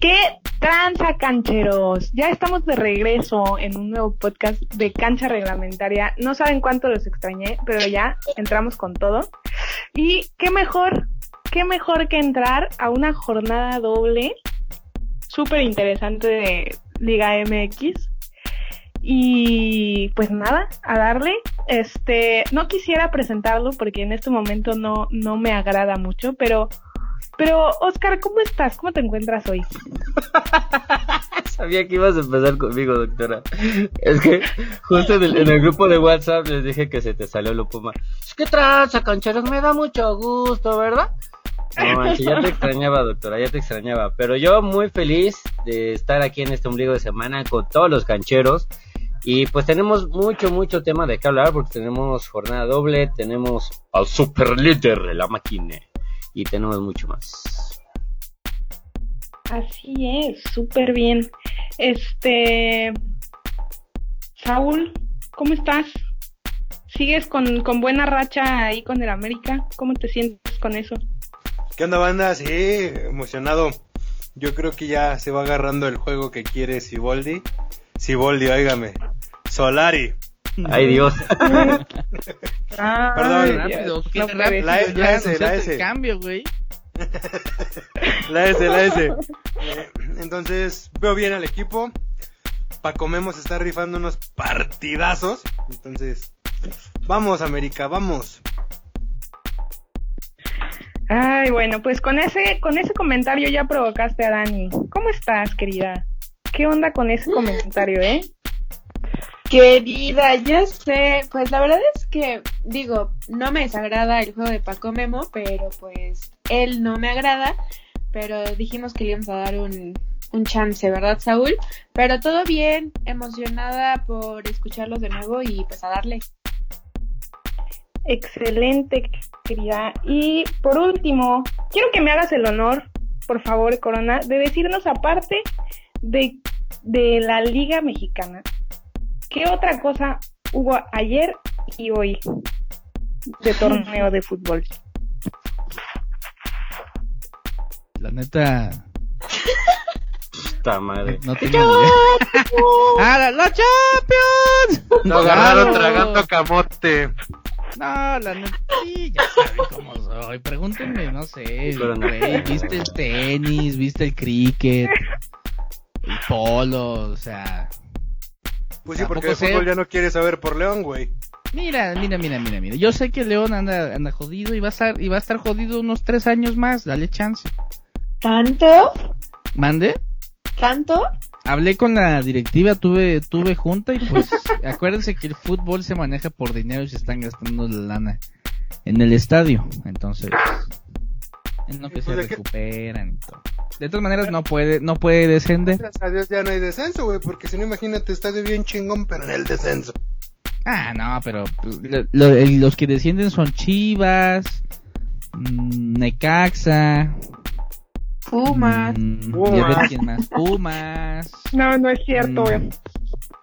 ¿Qué tranza, cancheros? Ya estamos de regreso en un nuevo podcast de cancha reglamentaria. No saben cuánto los extrañé, pero ya entramos con todo. Y qué mejor, qué mejor que entrar a una jornada doble, súper interesante de Liga MX. Y pues nada, a darle. Este, no quisiera presentarlo porque en este momento no, no me agrada mucho, pero pero, Oscar, ¿cómo estás? ¿Cómo te encuentras hoy? Sabía que ibas a empezar conmigo, doctora. Es que justo en el, en el grupo de WhatsApp les dije que se te salió lo puma. Es que traza, cancheros, me da mucho gusto, ¿verdad? No, manches, ya te extrañaba, doctora, ya te extrañaba. Pero yo muy feliz de estar aquí en este ombligo de semana con todos los cancheros. Y pues tenemos mucho, mucho tema de qué hablar porque tenemos jornada doble, tenemos al super líder de la máquina y tenemos mucho más. Así es, súper bien. Este, Saúl, ¿cómo estás? ¿Sigues con, con, buena racha ahí con el América? ¿Cómo te sientes con eso? ¿Qué onda, banda? Sí, emocionado. Yo creo que ya se va agarrando el juego que quiere Siboldi. Siboldi, óigame. Solari, Ay Dios. ah, Perdón, rápido, qué no, rápido. La, S, la S, la S. cambio, güey. la S, la S. Eh, Entonces, veo bien al equipo. Paco Memo se está rifando unos partidazos. Entonces, vamos América, vamos. Ay, bueno, pues con ese con ese comentario ya provocaste a Dani. ¿Cómo estás, querida? ¿Qué onda con ese comentario, eh? Querida, ya sé, pues la verdad es que, digo, no me desagrada el juego de Paco Memo, pero pues él no me agrada, pero dijimos que le íbamos a dar un, un chance, ¿verdad, Saúl? Pero todo bien, emocionada por escucharlos de nuevo y pues a darle. Excelente, querida. Y por último, quiero que me hagas el honor, por favor, Corona, de decirnos aparte de, de la Liga Mexicana, ¿qué otra cosa hubo ayer y hoy de torneo de fútbol? La neta. Esta madre. No tengo idea. ¡A los Champions! Nos agarraron tragando camote. No, la neta, sí, ya saben cómo soy. Pregúntenme, no sé. Güey, ¿Viste el tenis? ¿Viste el cricket? El polo, o sea. Pues sí, porque el fútbol sé? ya no quiere saber por León, güey. Mira, mira, mira, mira, mira. Yo sé que León anda, anda jodido y va a estar, y va a estar jodido unos tres años más. Dale chance. ¿Tanto? ¿Mande? ¿Tanto? Hablé con la directiva, tuve, tuve junta y pues acuérdense que el fútbol se maneja por dinero y se están gastando la lana en el estadio. Entonces, en lo que pues se recuperan que... y todo. De todas maneras no puede, no puede descender. Gracias a Dios ya no hay descenso, güey, porque si no imagínate, está de bien chingón, pero en el descenso. Ah, no, pero pues, lo, lo, los que descienden son Chivas, mmm, Necaxa, Pumas, mmm, Pumas. Ya ves quién más, Pumas. Mm, No, no es cierto, güey. Mmm,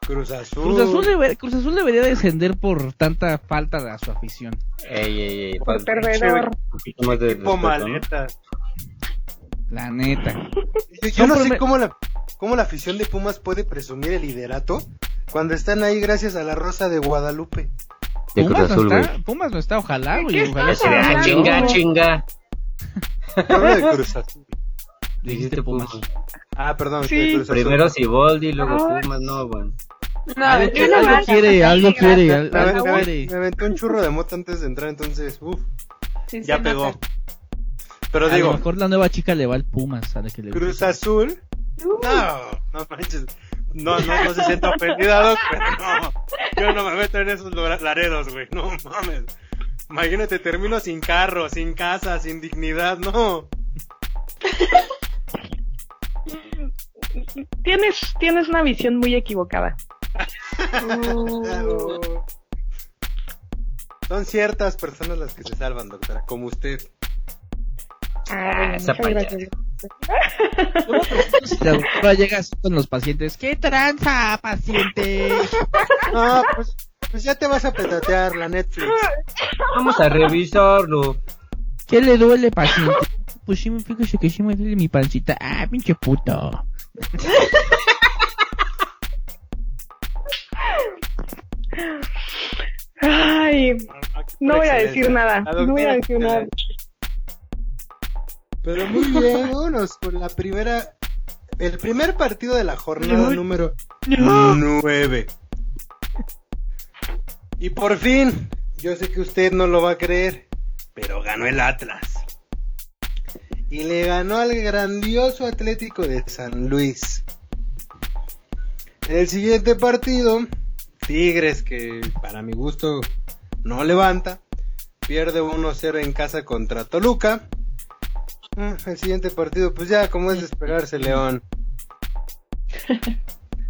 Cruz Azul. Cruz Azul, deber, Cruz Azul, debería descender por tanta falta a su afición. Ey, ey, ey. Por perdedor. Tipo respeto, maleta. ¿no? La neta. Yo, yo no, no sé cómo la, cómo la afición de Pumas puede presumir el liderato cuando están ahí gracias a la Rosa de Guadalupe. De Pumas, Cruz Azul, no está, Pumas no está, ojalá, güey. Ojalá sea, Ah, chinga, chinga. Habla de Cruz Azul. Dijiste Pumas. Ah, perdón. Sí. Cruz Primero Siboldi, luego Ay. Pumas, no, bueno. No, algo, quiere, algo quiere, algo quiere, algo quiere. Me aventé un churro de mota antes de entrar, entonces, uff, sí, ya pegó. Nota. Pero a digo, a lo mejor la nueva chica le va al Pumas, a la que le Cruz gusta. Azul. No, no manches. No, no, no se sienta ofendida, Doc, pero no. Yo no me meto en esos laredos, güey. No mames. Imagínate, termino sin carro, sin casa, sin dignidad, no. tienes, tienes una visión muy equivocada. Uh. Son ciertas personas las que se salvan, doctora, como usted. Ah, muchas gracias. La doctora llega así con los pacientes. ¡Qué tranza, paciente! Ah. No, pues, pues ya te vas a petatear la Netflix. Vamos a revisarlo. ¿Qué le duele, paciente? Pushimi, fíjese que sí me duele mi pancita. Ah, pinche puto. Ay, no voy a decir Excelente. nada. La No voy a doctrina decir nada. Pero muy bien, vámonos por la primera. El primer partido de la jornada número 9. Y por fin, yo sé que usted no lo va a creer, pero ganó el Atlas. Y le ganó al grandioso Atlético de San Luis. En el siguiente partido, Tigres, que para mi gusto no levanta, pierde 1-0 en casa contra Toluca. Mm, El siguiente partido, pues ya, como es de esperarse, León.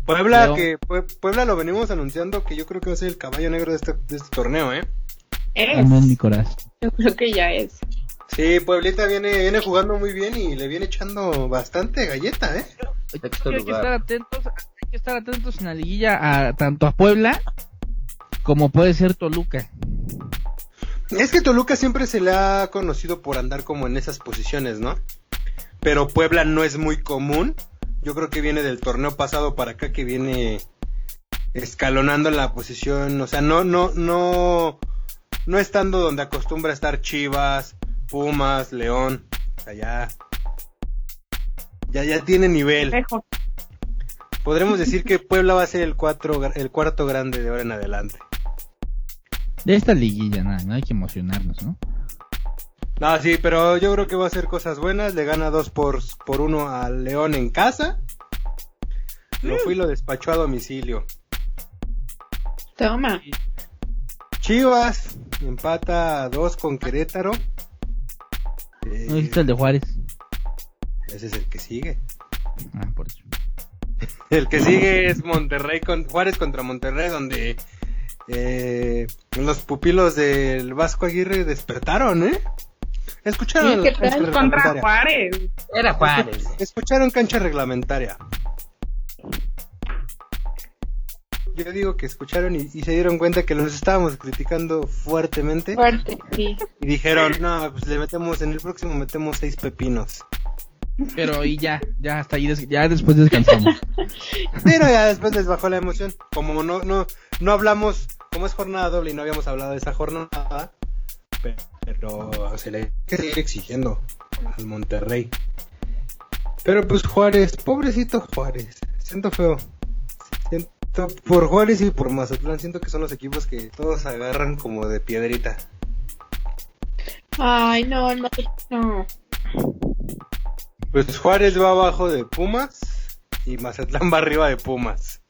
Puebla, León. que Pue- Puebla lo venimos anunciando que yo creo que va a ser el caballo negro de este, de este torneo, ¿eh? Es. Amén, mi corazón. Yo creo que ya es. Sí, Pueblita viene, viene jugando muy bien y le viene echando bastante galleta, ¿eh? Sexto hay que lugar. estar atentos, hay que estar atentos en la liguilla a tanto a Puebla como puede ser Toluca. Es que Toluca siempre se le ha conocido por andar como en esas posiciones, ¿no? Pero Puebla no es muy común. Yo creo que viene del torneo pasado para acá que viene escalonando la posición, o sea, no no no no estando donde acostumbra estar Chivas, Pumas, León, o sea, ya ya ya tiene nivel. Mejor. Podremos decir que Puebla va a ser el cuatro gra- el cuarto grande de ahora en adelante. De esta liguilla, nada, no hay que emocionarnos, ¿no? No, sí, pero yo creo que va a hacer cosas buenas. Le gana 2 por, por 1 a León en casa. Lo fui y lo despachó a domicilio. Toma. Chivas empata 2 con Querétaro. Eh, No dijiste el de Juárez. ese es el que sigue. Ah, por eso. El que sigue es Monterrey con, Juárez contra Monterrey, donde eh, los pupilos del Vasco Aguirre despertaron, ¿eh? Ah, Escucharon Sí, ¿qué la tal? cancha Contra reglamentaria. Juárez. Era Juárez. Escucharon cancha reglamentaria. Yo digo que escucharon y, y se dieron cuenta que los estábamos criticando fuertemente Fuerte, sí. y dijeron, no, pues le metemos, en el próximo metemos seis pepinos. Pero y ya, ya hasta ahí, des- ya después descansamos. Pero ya después les bajó la emoción. Como no, no, no hablamos, como es jornada doble y no habíamos hablado de esa jornada, pe- pero se le hay que seguir exigiendo al Monterrey. Pero pues Juárez, pobrecito Juárez, siento feo. Siento por Juárez y por Mazatlán, siento que son los equipos que todos agarran como de piedrita. Ay, no, el mate- no. Pues Juárez va abajo de Pumas y Mazatlán va arriba de Pumas.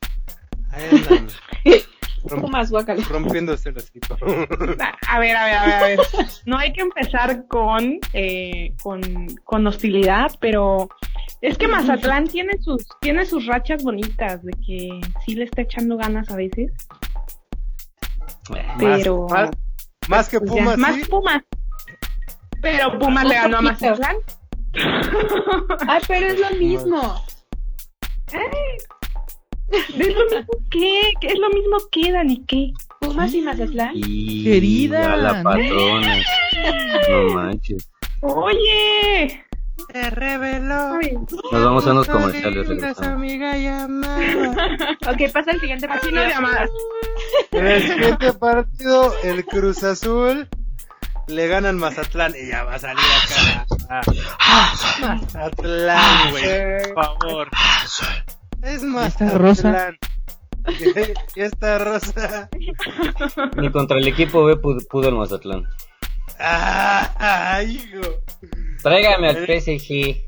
Ahí andan, romp- Pumas, guacala. rompiéndose el hocico. A ver, a ver, a ver, a ver. No hay que empezar con, eh, con, con hostilidad, pero es que Mazatlán tiene sus, tiene sus rachas bonitas de que sí le está echando ganas a veces, pero más, más que pues ya, Pumas, más sí. Pumas. Pero Pumas le ganó a Mazatlán. Ay, pero es lo mismo. ¿Es lo mismo qué? ¿Qué ¿Es lo mismo que Dani? ¿Qué? Pumas y Mazatlán. Y- Querida, a la ¿no? patrona. No manches. Oye. Se reveló. Ay, Nos vamos a unos comerciales. regresamos. amiga llamada. Ok, pasa el siguiente Así partido. nos llamas. En el siguiente partido, el Cruz Azul le ganan Mazatlán y ya va a salir acá. Ah, Mazatlán, güey. Por favor. Es está Mazatlán. Rosa. Y esta rosa. Ni contra el equipo B pudo, pudo el Mazatlán. Ah, hijo. Tráigame Eh. al PSG.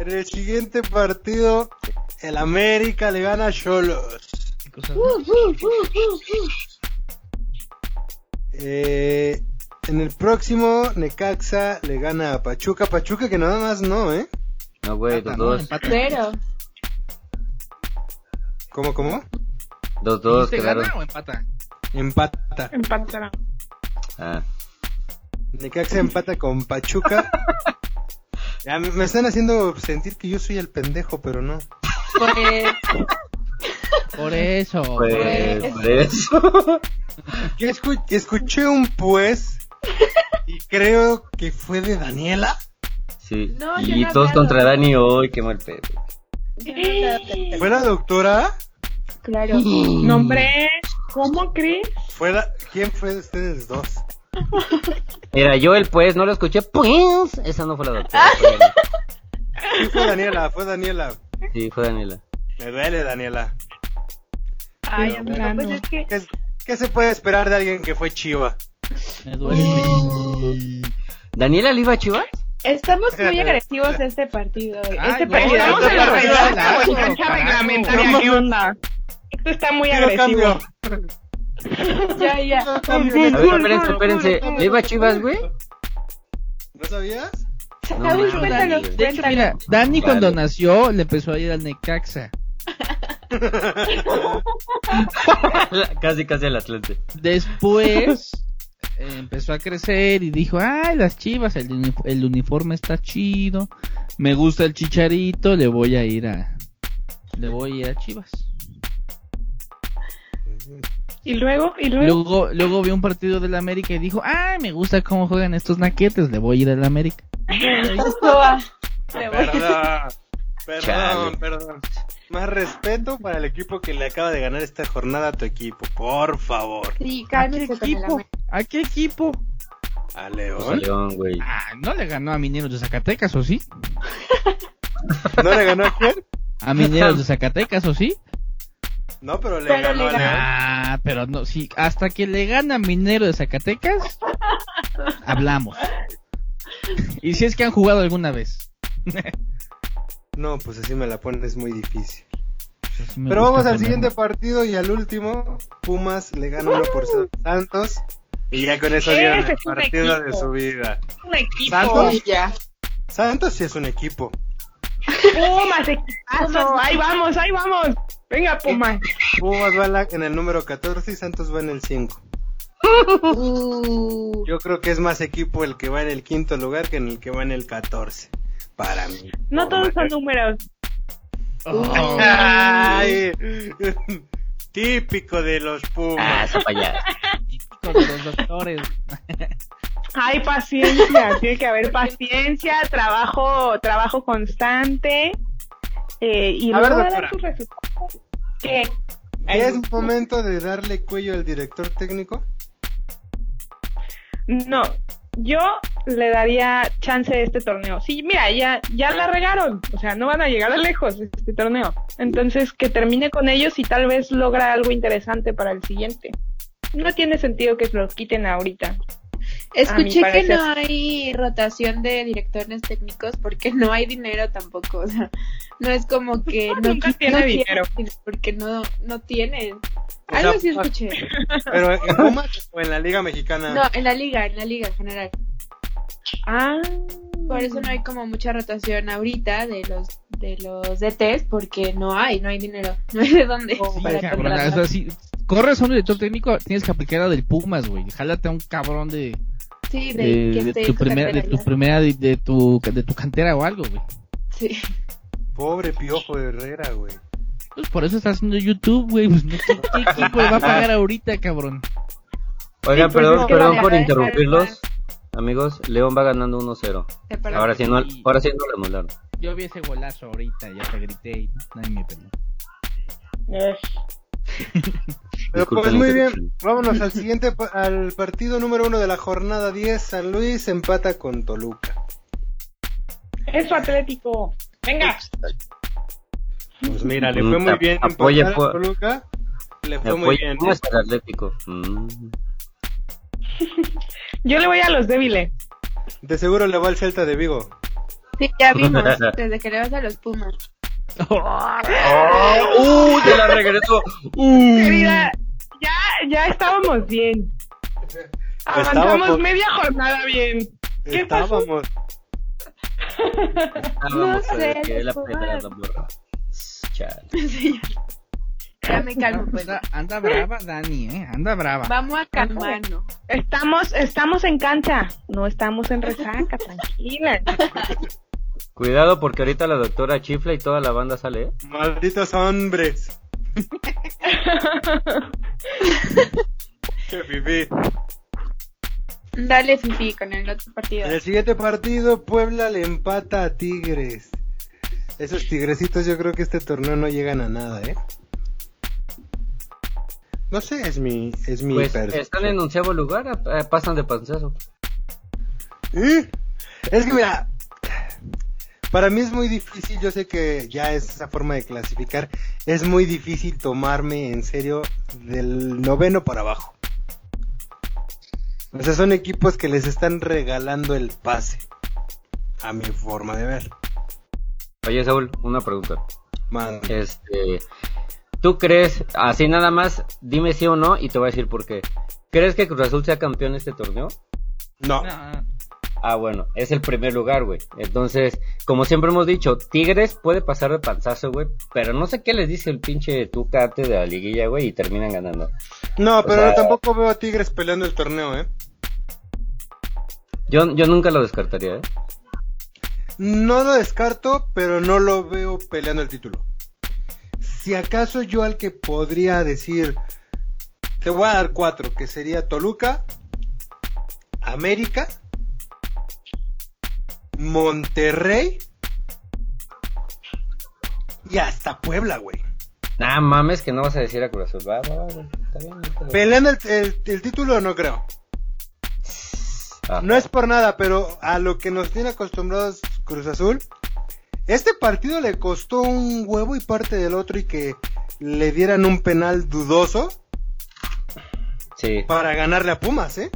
En el siguiente partido, el América le gana a Cholos. Cosas- Uh, Eh, en el próximo, Necaxa le gana a Pachuca. Pachuca que nada más no, ¿eh? No, güey, dos, Empata, Ah, ¿no? dos. Empata. Cero. ¿Cómo, cómo? Dos, dos, ¿Dijiste gana quedaron. o empata? Empata. Empataron. Ah. Necaxa empata con Pachuca. Ya me me están haciendo sentir que yo soy el pendejo, pero no. Pues, Por eso. Pues, Pues- por eso. Yo escu- escuché un pues y creo que fue de Daniela. Sí. No, yo y no he todos hablado. contra Dani hoy, qué mal pedo. Yo no he hablado tanto. ¿Fue la doctora? Claro. No, hombre, ¿cómo crees? ¿Fue la... ¿Quién fue de ustedes dos? Era yo el pues, no lo escuché, pues. Esa no fue la doctora. fue Dani. Sí, fue Daniela, fue Daniela. Sí, fue Daniela. Me duele, Daniela. Ay, Pero amiga, bueno. pues es que ¿Qué, qué se puede esperar de alguien que fue chiva? Me duele. pues, ¿Daniela le iba a Chivas? Estamos muy agresivos de este partido. güey. Ah, Ay, este no, partido. no, Estamos no, en la no, realidad, carajo, güey, cancha carajo. reglamentaria, ¿qué onda? Esto está muy Quiero agresivo. cambio. Ya, ya. A ver, espérense, espérense. ¿Le iba a Chivas, güey? ¿No sabías? No, Saúl, mames. cuéntalo, De hecho, cuéntalo. mira, Dani Vale. cuando nació le empezó a ir al Necaxa. casi, casi al Atlante. Después eh, empezó a crecer y dijo, ay, las chivas, el, uni- el uniforme está chido, me gusta el chicharito, le voy a ir a... Le voy a ir a Chivas. Y luego, y ¿Eh? luego. Luego, luego vio un partido del América y dijo, ay, me gusta cómo juegan estos naquetes, le voy a ir al América. Esto va. Te voy. Perdón, Chale. perdón, perdón. Más respeto para el equipo que le acaba de ganar esta jornada a tu equipo, por favor. Sí, ¿A qué cálmese con el equipo? amor. ¿A qué equipo? A Pues León. a León, güey. Ah, no le ganó a Mineros de Zacatecas, ¿o sí? ¿No le ganó a quién? A Mineros de Zacatecas, ¿o sí? No, pero le Pero ganó le a León. Ah, pero no, sí, hasta que le gana Minero de Zacatecas, hablamos. Y si es que han jugado alguna vez. No, pues así me la pones muy difícil. Así me Pero gusta vamos al ponerlo. siguiente partido y al último, Pumas le gana uno por Santos. Y ya con eso Uh. Ese dieron es el un partido de equipo. su vida. Un equipo. ¿Santos? Ya. Santos sí es un equipo. Pumas, equipazo. Ahí vamos, ahí vamos. Venga, Pumas. Pumas va en la- en el número 14 y Santos va en el 5. Uh, Yo creo que es más equipo el que va en el quinto lugar que en el que va en el 14. Para mí. No todos son números. Oh, Ay, típico de los Ah, Pumas. esa payasa. con los doctores. Hay paciencia, tiene que haber paciencia, trabajo, trabajo constante. Eh, y A luego ver, va a doctora. dar sus resultados. ¿Qué? ¿Ya es momento de darle cuello al director técnico? No, yo le daría chance a este torneo. Sí, mira, ya, ya la regaron, o sea, no van a llegar a lejos este torneo. Entonces, que termine con ellos y tal vez logra algo interesante para el siguiente. No tiene sentido que se los quiten ahorita. Escuché A mi que parecer. no hay rotación de directores técnicos porque no hay dinero tampoco. O sea, no es como que no, Nunca qui- tiene no dinero. tienen, porque no, no tienen. O Algo sea, sí escuché. ¿Pero en Pumas o en la Liga No, Mexicana? en la liga, en la liga en general. Ah, Por eso no hay como mucha rotación ahorita de los de los DTs porque no hay, no hay dinero, no hay de dónde. Sí, para cabrón, contratar. o sea, si corres a un director técnico, tienes que aplicar la del Pumas, güey. Jálate a un cabrón de, sí, de, de- que de esté en tu su primera, de cartera, tu ya. primera, de, de tu, de tu cantera o algo, güey. Sí. Pobre Piojo Herrera, güey. Pues por eso estás haciendo YouTube, güey. Pues no, ¿qué, qué equipo le va a pagar ahorita, cabrón? Oigan, Sí, pues perdón, es que perdón vale, por vale, interrumpirlos. vale. Amigos, León va ganando 1-0. se paró. Ahora sí, no, Sí. ahora sí no lo anularon. Yo vi ese golazo ahorita, ya te grité y nadie me peló. eh, Pero Disculpen pues la muy interrupción. bien, vámonos al siguiente, pa- al partido número uno de la jornada 10. San Luis empata con Toluca. eso atlético. Venga, Pues mira, le Mm, fue muy ap- bien apoye, empatar a apo- Toluca. Le Me fue muy apoya bien. Pumas al Atlético. Mm. yo le voy a los débiles. De seguro le va al Celta de Vigo. Sí, ya vimos, desde que le vas a los Pumas. ¡Oh! ¡Uh! ¡Te la regresó! Mm. Mm. Querida, ya, ya estábamos bien. Avanzamos Estábamos. media jornada bien. ¿Qué pasó? Estábamos. Ah, No vamos a sé, ver qué es la Pumas. pedrada, morra. Chale. Sí, ya. Ya me calmo, pues. Anda, anda brava, Dani, eh. Anda brava. Vamos a calmarnos. Estamos, estamos en cancha, no estamos en resaca, tranquila. Cuidado porque ahorita la doctora chifla y toda la banda sale. ¿eh? Malditos hombres. Qué fifí. Dale Fifi con el otro partido. En el siguiente partido, Puebla le empata a Tigres. Esos tigrecitos yo creo que este torneo no llegan a nada, ¿eh? No sé, es mi, es mi Pues percepción. están en onceavo lugar, a- a- pasan de panzazo. ¿Eh? Es que mira, para mí es muy difícil, yo sé que ya es esa forma de clasificar, es muy difícil tomarme en serio del noveno para abajo. O sea, son equipos que les están regalando el pase, a mi forma de ver. Oye, Saúl, una pregunta. Man, Este, ¿tú crees, así nada más, dime sí o no y te voy a decir por qué? ¿Crees que Cruz Azul sea campeón de este torneo? no, No, Ah, bueno, es el primer lugar, güey. Entonces, como siempre hemos dicho, Tigres puede pasar de panzazo, güey, pero no sé qué les dice el pinche Tucate de la liguilla, güey, y terminan ganando. no, pero sea- tampoco veo a Tigres peleando el torneo, ¿eh? Yo, yo nunca lo descartaría, ¿eh? No lo descarto, pero no lo veo peleando el título. Si acaso yo al que podría decir, te voy a dar cuatro, que sería Toluca, América, Monterrey y hasta Puebla, güey. Nah, mames, que no vas a decir a Cruz Azul. Va, va, va, güey, está bien. está bien. Peleando el, el- el título no creo. Ah. No es por nada, pero a lo que nos tiene acostumbrados Cruz Azul, este partido le costó un huevo y parte del otro y que le dieran un penal dudoso Sí. para ganarle a Pumas, ¿eh?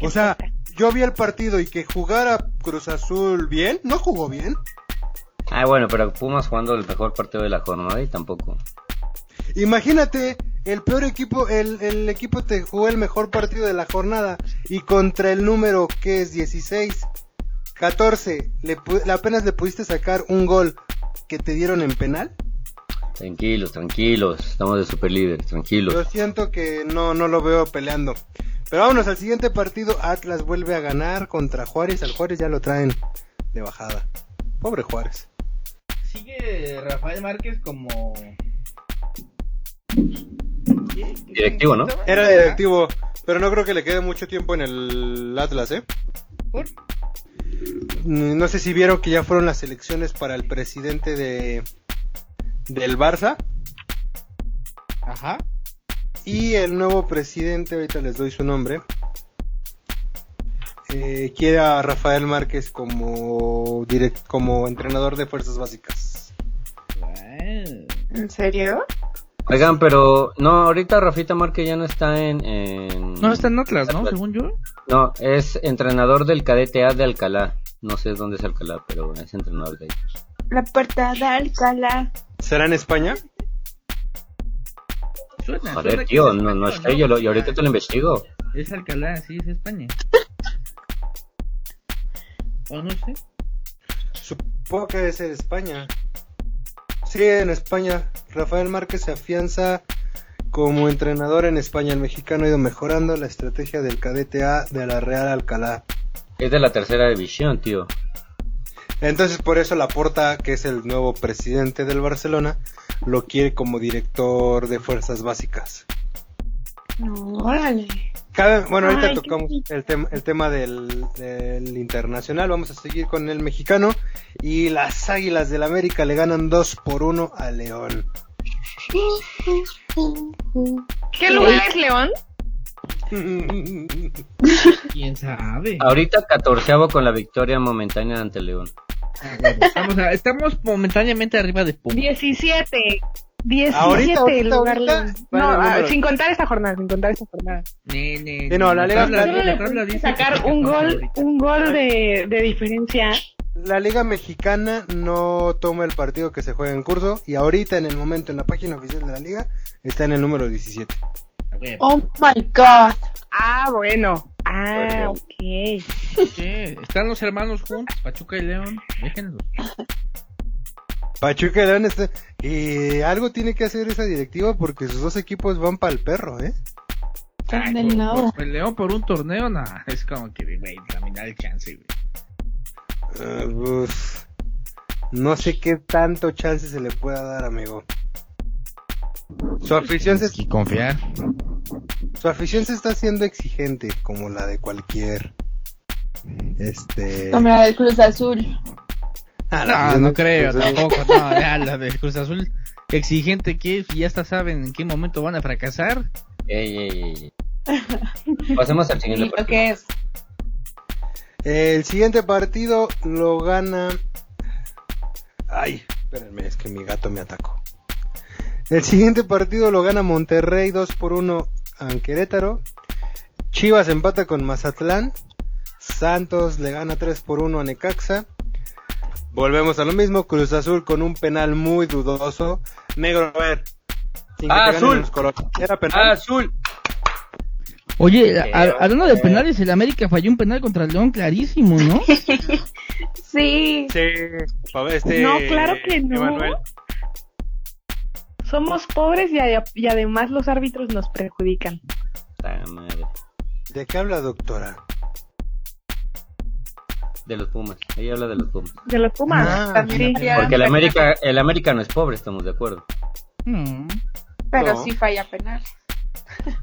O sea, yo vi el partido y que jugara Cruz Azul bien, no jugó bien. Ah, bueno, pero Pumas jugando el mejor partido de la jornada y tampoco. Imagínate, el peor equipo, el, el equipo te jugó el mejor partido de la jornada y contra el número que es 16, 14, le, pu- le apenas le pudiste sacar un gol que te dieron en penal. Tranquilos, tranquilos. Estamos de super líderes, Yo tranquilos. siento que no, no lo veo peleando. Pero vámonos al siguiente partido, Atlas vuelve a ganar contra Juárez, al Juárez ya lo traen de bajada. Pobre Juárez. Sigue Rafael Márquez como. Directivo, ¿no? Era directivo, pero no creo que le quede mucho tiempo en el Atlas, ¿eh? ¿Por? Mm, No sé si vieron que ya fueron las elecciones para el presidente de del Barça Ajá. y el nuevo presidente, ahorita les doy su nombre, eh, quiere a Rafael Márquez como direct, como entrenador de fuerzas básicas. ¿En serio? Oigan, pero no, ahorita Rafita Márquez ya no está en, en- No, está en Atlas, ¿no? Según yo. No, es entrenador del cadete A de Alcalá. No sé dónde es Alcalá, pero es entrenador de ahí. La puerta de Alcalá. ¿Será en España? Suena, Joder, suena que tío, es no, no español, sé, yo, lo- yo ahorita te lo investigo. Es Alcalá, sí, es España. o no sé. Supongo que debe ser España. Sí, en España. Rafael Márquez se afianza como entrenador en España. El mexicano ha ido mejorando la estrategia del cadete A de la Real Alcalá. Es de la tercera división, tío. Entonces, por eso Laporta, que es el nuevo presidente del Barcelona, lo quiere como director de fuerzas básicas. No, órale. Cabe- bueno, ahorita Ay, qué tocamos bonito. el, tema el tema del, del internacional. Vamos a seguir con el mexicano. Y las Águilas del América le ganan 2 por 1 a León. Oh ¿Qué lugar es León? ¿Quién sabe? Ahorita catorceavo con la victoria momentánea ante León. Estamos, a- estamos momentáneamente arriba de Puma. 17. 17 Ahorita, ahorita, el lugar ahorita, León. van No, los ah, números. sin contar esta jornada, sin contar esta jornada. Ne, ne, Sí, no, la liga- tabla- la- Solo le tabla pudiste dice sacar que un estamos gol, ahorita. un gol de, de diferencia. La Liga Mexicana no toma el partido que se juega en curso y ahorita en el momento en la página oficial de la liga está en el número 17. A huevo. Oh my god. Ah, bueno. Ah, Bueno. ok. Sí, Están los hermanos juntos, Pachuca y León. Déjenlos. Pachuca y León está... Y algo tiene que hacer esa directiva porque sus dos equipos van para el perro, ¿eh? Ay, por- Condenado. por- por León por un torneo, nada. Es como que, güey, también da el chance, güey. Eh, pues, no sé qué tanto chance se le pueda dar, amigo. Su afición se, Y confiar. Su afición se está haciendo exigente, como la de cualquier. Este. Como la del Cruz Azul. Ah, la No, afición no del creo, Cruz Azul. tampoco. No, ya la del Cruz Azul exigente que es, y ya hasta saben en qué momento van a fracasar. Ey, ey, ey, ey. Pasemos al ¿Y siguiente lo partido. que es? El siguiente partido lo gana. Ay, espérenme, es que mi gato me atacó. El siguiente partido lo gana Monterrey 2 por 1 a Querétaro. Chivas empata con Mazatlán. Santos le gana 3 por 1 a Necaxa. Volvemos a lo mismo, Cruz Azul con un penal muy dudoso. Negro, a ver. Sin Ah, te ganen azul. los colores. Era penal. Ah, Azul. Oye, Creo a- hablando de que- penales, el América falló un penal contra el León clarísimo, ¿no? Sí. Ah, Sí, pa- este, No, claro que no. Emanuel. Somos pobres y, a- y además los árbitros nos perjudican. Puta madre. ¿De qué habla, doctora? De los Pumas. Ella habla de los Pumas. De los Pumas. Ah, también. fíjate. Porque el América, el América no es pobre, estamos de acuerdo. No, Pero No. sí falla penal.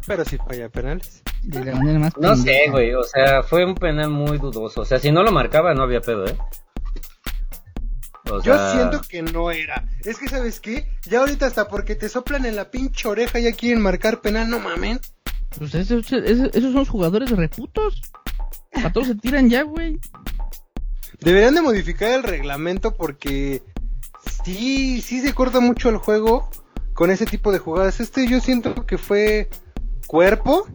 Pero si falla penales. de la manera más No sé, pendeja. güey. O sea, fue un penal muy dudoso. O sea, si no lo marcaba, no había pedo, ¿eh? O Yo sea, siento que no era. Es que, ¿sabes qué? Ya ahorita hasta porque te soplan en la pinche oreja ya quieren marcar penal, no mamen. Pues esos, esos- esos son jugadores reputos. A todos se tiran ya, güey. Deberían de modificar el reglamento porque sí, sí se corta mucho el juego con ese tipo de jugadas. Este yo siento que fue cuerpo,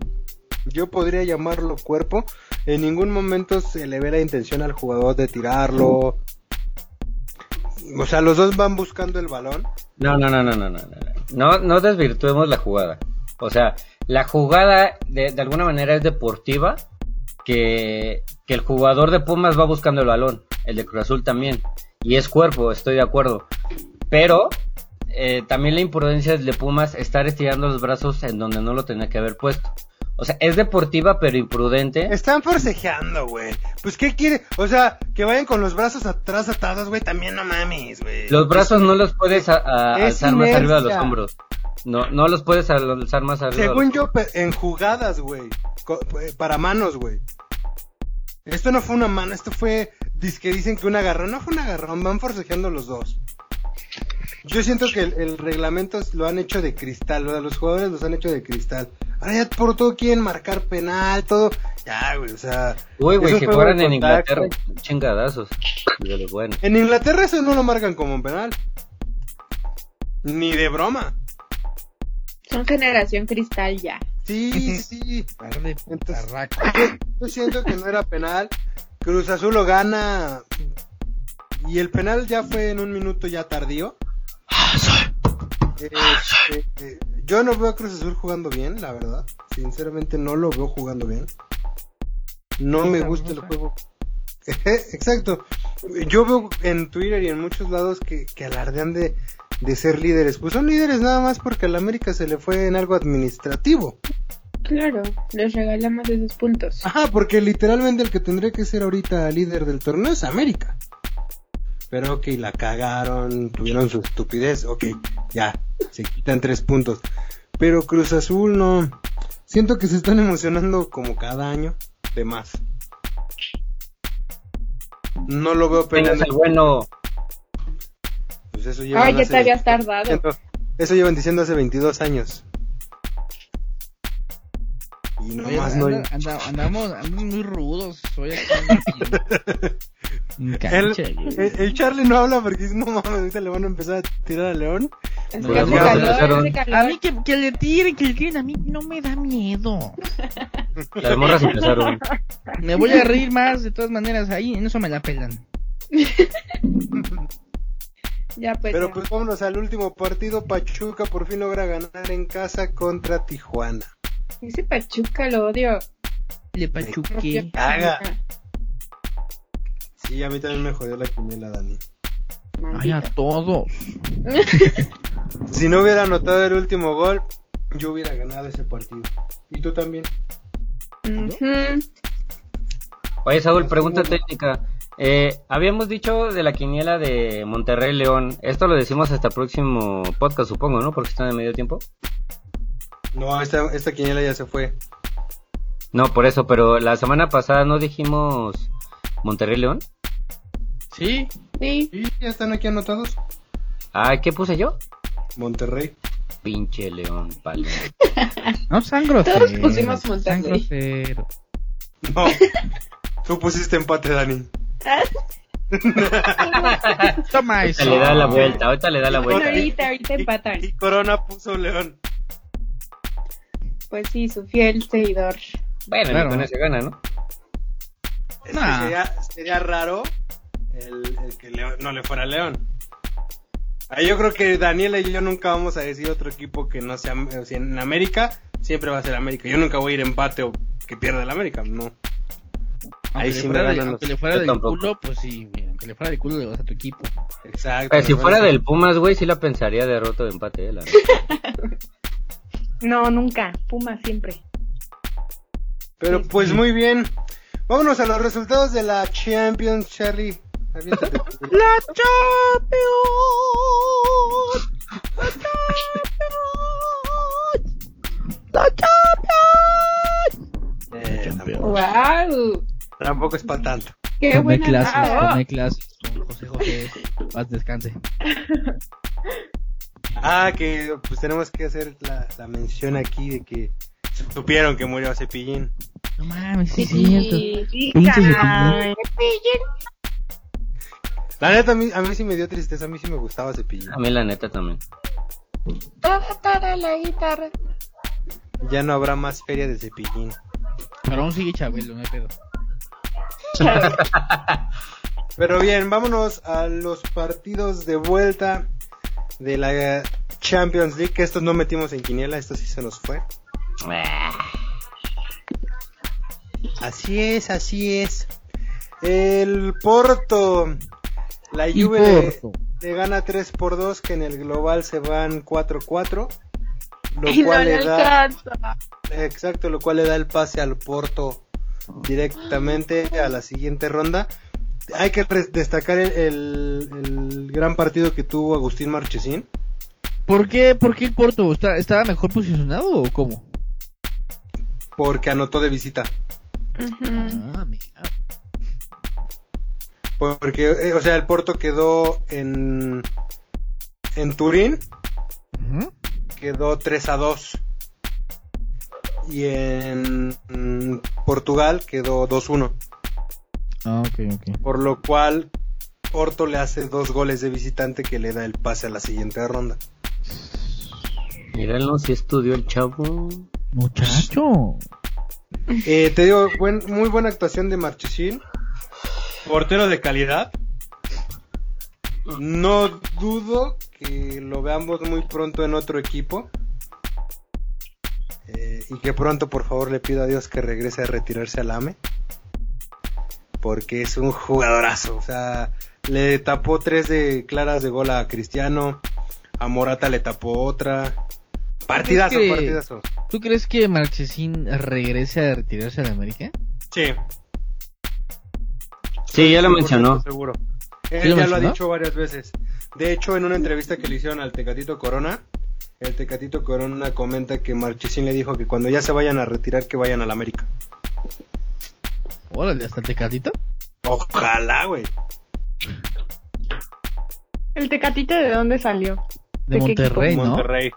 yo podría llamarlo cuerpo. En ningún momento se le ve la intención al jugador de tirarlo. O sea, los dos van buscando el balón. No, no, no, no, no, no, no, no. No, no desvirtuemos la jugada. O sea, la jugada de, de alguna manera es deportiva, que, que el jugador de Pumas va buscando el balón, el de Cruz Azul también. Y es cuerpo, estoy de acuerdo. Pero eh, también la imprudencia del de Pumas estar estirando los brazos en donde no lo tenía que haber puesto. O sea, es deportiva pero imprudente. Están forcejeando, güey. Pues, ¿qué quiere? O sea, que vayan con los brazos atrás atados, güey, también no mames, güey. Los brazos no los puedes a- a- Es alzar más arriba de los inercia. hombros. No, no los puedes al- alzar más arriba. de los Pues, Según yo, pe- en jugadas, güey. Co- eh, Para manos, güey. Esto no fue una mano, esto fue. Dice dicen que un agarrón. No fue un agarrón, van forcejeando los dos. Yo siento que el, el reglamento es- lo han hecho de cristal, lo de los jugadores los han hecho de cristal. Ahora ya por todo quieren marcar penal, todo. Ya, güey, o sea. Uy, es güey, un si juego fueran de en contacto. Inglaterra, chingadazos. De los buenos. En Inglaterra eso no lo marcan como un penal. Ni de broma. Son generación cristal ya. Sí, sí, sí. Par de Entonces- putarracos. Yo siento que no era penal. Cruz Azul lo gana. Y el penal ya fue en un minuto ya tardío. Este, eh, yo no veo a Cruz Azul jugando bien, la verdad. Sinceramente no lo veo jugando bien. No me gusta el juego. Exacto. Yo veo en Twitter y en muchos lados que, que alardean de, de ser líderes. Pues son líderes nada más porque al América se le fue en algo administrativo. Claro, les regalamos esos puntos. Ajá, porque literalmente el que tendría que ser ahorita líder del torneo es América. Pero ok, la cagaron, tuvieron su estupidez, ok, ya, se quitan tres puntos. Pero Cruz Azul no. Siento que se están emocionando como cada año, de más. No lo veo Venga, peleando. el bueno. Pues eso llevan Ay, ya hace- te habías tardado. Eso llevan diciendo hace 22 años. Y Oye, nomás no. anda- anda- andamos, andamos muy rudos. Soy aquí en, en El, cancha, güey. el- el Charlie no habla porque dice, no mames, ahorita le van a empezar a tirar a León. Es Nos que hace vamos a calor, regresar hace A mí calor. que, que le tiren, que le tiren a mí no me da miedo. Las morras empezaron. Me voy a reír más de todas maneras ahí, en eso me la pelan. Ya pues. Pero ya. pues vámonos al último partido. Pachuca por fin logra ganar en casa contra Tijuana. Ese Pachuca lo odio. Le pachuqué. Caga. Sí, a mí también me jodió la quiniela, Dani. Ay, a Maldita. todos. Si no hubiera anotado el último gol, yo hubiera ganado ese partido. Y tú también. Ujú. Oye, Saúl, pregunta técnica. Eh, habíamos dicho de la quiniela de Monterrey León. Esto lo decimos hasta el próximo podcast, supongo, ¿no? Porque están en medio tiempo. No, esta, esta quiniela ya se fue. No, por eso, pero la semana pasada no dijimos Monterrey León. Sí, Sí. Y ya están aquí anotados. Ah, ¿qué puse yo? Monterrey. Pinche León, palo. no sean groseros. Todos pusimos no sean Monterrey. groseros. No. Tú pusiste empate, Dani. Toma eso. Ahorita le da la vuelta, ahorita le da la Bueno, vuelta. ahorita, ahorita empatan. Y Corona puso León. Pues sí, su fiel seguidor. Bueno, ni Claro. con eso gana, ¿no? Es Nah. que Este sería, sería raro el, el que León- no le fuera León. Ah, yo creo que Daniela y yo nunca vamos a decir otro equipo que no sea, o sea, en América, siempre va a ser América. Yo nunca voy a ir empate o que pierda el América, no. Aunque Ahí le sí me fuera, de, ganan los- aunque le fuera yo del tampoco. culo, pues sí, aunque le fuera del culo le vas a tu equipo. Exacto. Pero Eh, si no, fuera no. del Pumas, güey, sí la pensaría derroto de empate, eh, la verdad. No, nunca. Puma siempre. Pero pues muy bien. Vámonos a los resultados de la Champions, Charlie. Aviéntate. ¡La Champions! Eh, tampoco- ¡Wow! Tampoco es para tanto. ¡Qué Tomé buena clases, ah, tomé clases con José José. Paz, descanse. Ah, que pues tenemos que hacer la, la mención aquí de que supieron que murió Cepillín. No mames, sí, Sí, es cierto. Sí, Pinches de caray. La neta, a mí, a mí sí me dio tristeza, a mí sí me gustaba Cepillín. A mí, la neta, también. Ya no habrá más feria de Cepillín. Pero aún sigue Chabelo, no hay pedo. Pero bien, vámonos a los partidos de vuelta de la Champions League, que estos no metimos en quiniela, estos sí se nos fue. Ah, Así es, así es. El Porto. La Y Juve le- Porto. le gana 3 por 2, que en el global se van 4-4. Lo Y no cual le le da, alcanza. exacto, lo cual le da el pase al Porto directamente a la siguiente ronda. Hay que res- destacar el, el- el gran partido que tuvo Agustín Marchesín. ¿Por qué, por qué el Porto? ¿Está- ¿Estaba mejor posicionado o cómo? Porque anotó de visita. Ujú. Ah, mira. Porque, eh, o sea, el Porto quedó en, en Turín Ujú. quedó 3 a 2. Y en mm, Portugal quedó 2-1. Ah, ok, ok. Por lo cual Porto le hace dos goles de visitante que le da el pase a la siguiente ronda. Míralo, si estudió el chavo. Muchacho. Eh, te digo, buen- muy buena actuación de Marchesín. Portero de calidad. No dudo que lo veamos muy pronto en otro equipo. Eh, y que pronto, por favor, le pido a Dios que regrese a retirarse al AME. Porque es un jugadorazo. O sea, le tapó tres de claras de gol a Cristiano. A Morata le tapó otra. Partidazo, que- partidazo. ¿Tú crees que Marchesín regrese a retirarse a la América? Sí, Sí, ya lo mencionó. Seguro. ¿Sí Él lo ya lo ha mencionó? dicho varias veces. De hecho, en una entrevista que le hicieron al Tecatito Corona, el Tecatito Corona comenta que Marchesín le dijo que cuando ya se vayan a retirar, que vayan al América. Órale, hasta el Tecatito. Ojalá, güey. ¿El tecatito de dónde salió? De ¿De qué Monterrey, ¿no? Monterrey.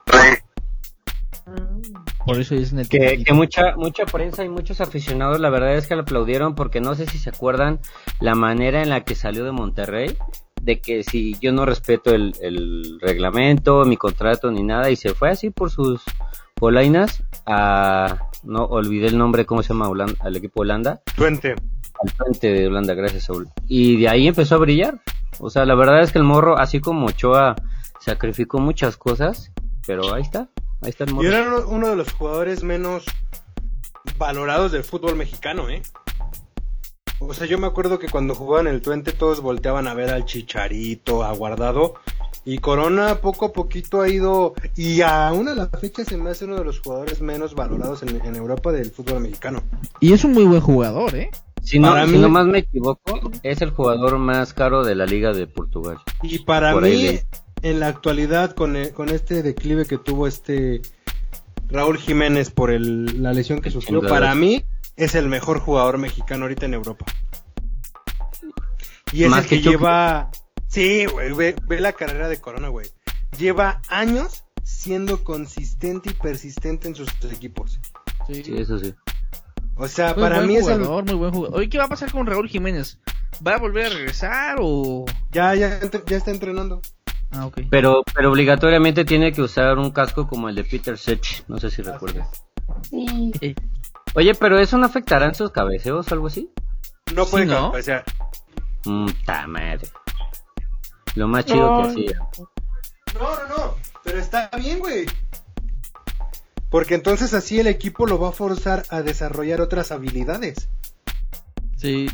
Por eso dicen el Que, Tecatito. que mucha mucha prensa y muchos aficionados, la verdad es que lo aplaudieron porque no sé si se acuerdan la manera en la que salió de Monterrey, de que si yo no respeto el, el reglamento, mi contrato ni nada, y se fue así por sus polainas a... No olvidé el nombre, ¿cómo se llama? Holan- al equipo Holanda. Puente. al frente de Holanda, gracias Saúl. Y de ahí empezó a brillar. O sea, la verdad es que el morro, así como Ochoa, sacrificó muchas cosas, pero ahí está, ahí está el Y morro. era uno- uno de los jugadores menos valorados del fútbol mexicano, ¿eh? O sea, yo me acuerdo que cuando jugaban el Twente todos volteaban a ver al Chicharito, a Guardado. Y Corona poco a poquito ha ido. Y aún a la fecha se me hace uno de los jugadores menos valorados en, en Europa del fútbol mexicano. Y es un muy buen jugador, ¿eh? Si no, para si mí- no más me equivoco, es el jugador más caro de la Liga de Portugal. Y para Por ahí mí, leí. e, en la actualidad, con, el- con este declive que tuvo este Raúl Jiménez por el- la lesión que sufrió. Sin duda. Para mí es el mejor jugador mexicano ahorita en Europa. Y es Más el que que, Chucky. lleva... Sí, güey, ve, ve la carrera de Corona, güey. Lleva años siendo consistente y persistente en sus equipos. Sí, eso sí. O sea, Muy para buen mí es el... jugador, muy buen jugador. Oye, ¿qué va a pasar con Raúl Jiménez? ¿Va a volver a regresar o...? Ya, ya, entre- ya está entrenando. Ah, ok. Pero, pero obligatoriamente tiene que usar un casco como el de Peter Sech, no sé si recuerdas. Sí. Oye, pero eso no afectará en sus cabeceos o algo así. No Sí, puede ¿no? cabecear. Mm, ta madre. Lo más chido que No. hacía. No, no, no. Pero está bien, güey. Porque entonces así el equipo lo va a forzar a desarrollar otras habilidades. Sí,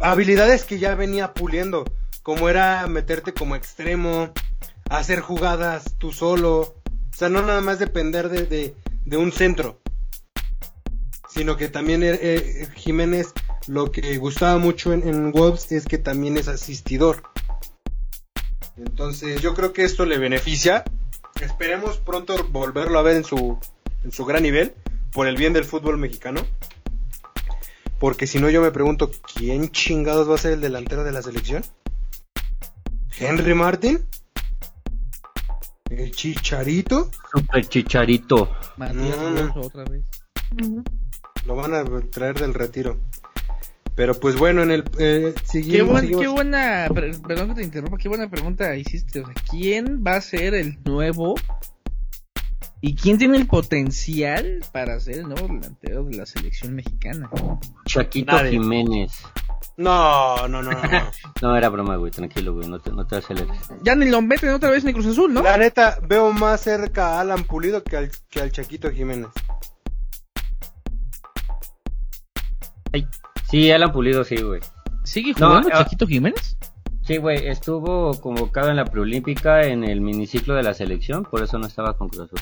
Habilidades que ya venía puliendo. Como era meterte como extremo, hacer jugadas tú solo. O sea, no nada más depender de, de- de un centro. Sino que también eh, eh, Jiménez lo que gustaba mucho en, en Wolves es que también es asistidor. Entonces yo creo que esto le beneficia. Esperemos pronto volverlo a ver en su, en su gran nivel por el bien del fútbol mexicano. Porque si no yo me pregunto, ¿quién chingados va a ser el delantero de la selección? ¿Henry Martin? ¿El Chicharito? Super chicharito. Matías No. Alonso otra vez. Ujú. Lo van a traer del retiro. Pero pues bueno, en el... eh, Qué, seguimos- buen- seguimos. qué buena, per- perdón que te interrumpa, qué buena pregunta hiciste. O sea, ¿Quién va a ser el nuevo? ¿Y quién tiene el potencial para ser el nuevo delantero de la selección mexicana? Chaquito Nadie. Jiménez. No, no, no. no. No, era broma, güey, tranquilo, güey, no te, no te aceleres. Ya ni lo meten otra vez en Cruz Azul, ¿no? La neta, veo más cerca a Alan Pulido que al, que al Chaquito Jiménez. Sí, Alan Pulido, sí, güey. ¿Sigue No, jugando eh, Chiquito Jiménez? Sí, güey, estuvo convocado en la preolímpica en el miniciclo de la selección, por eso no estaba con Cruz Azul.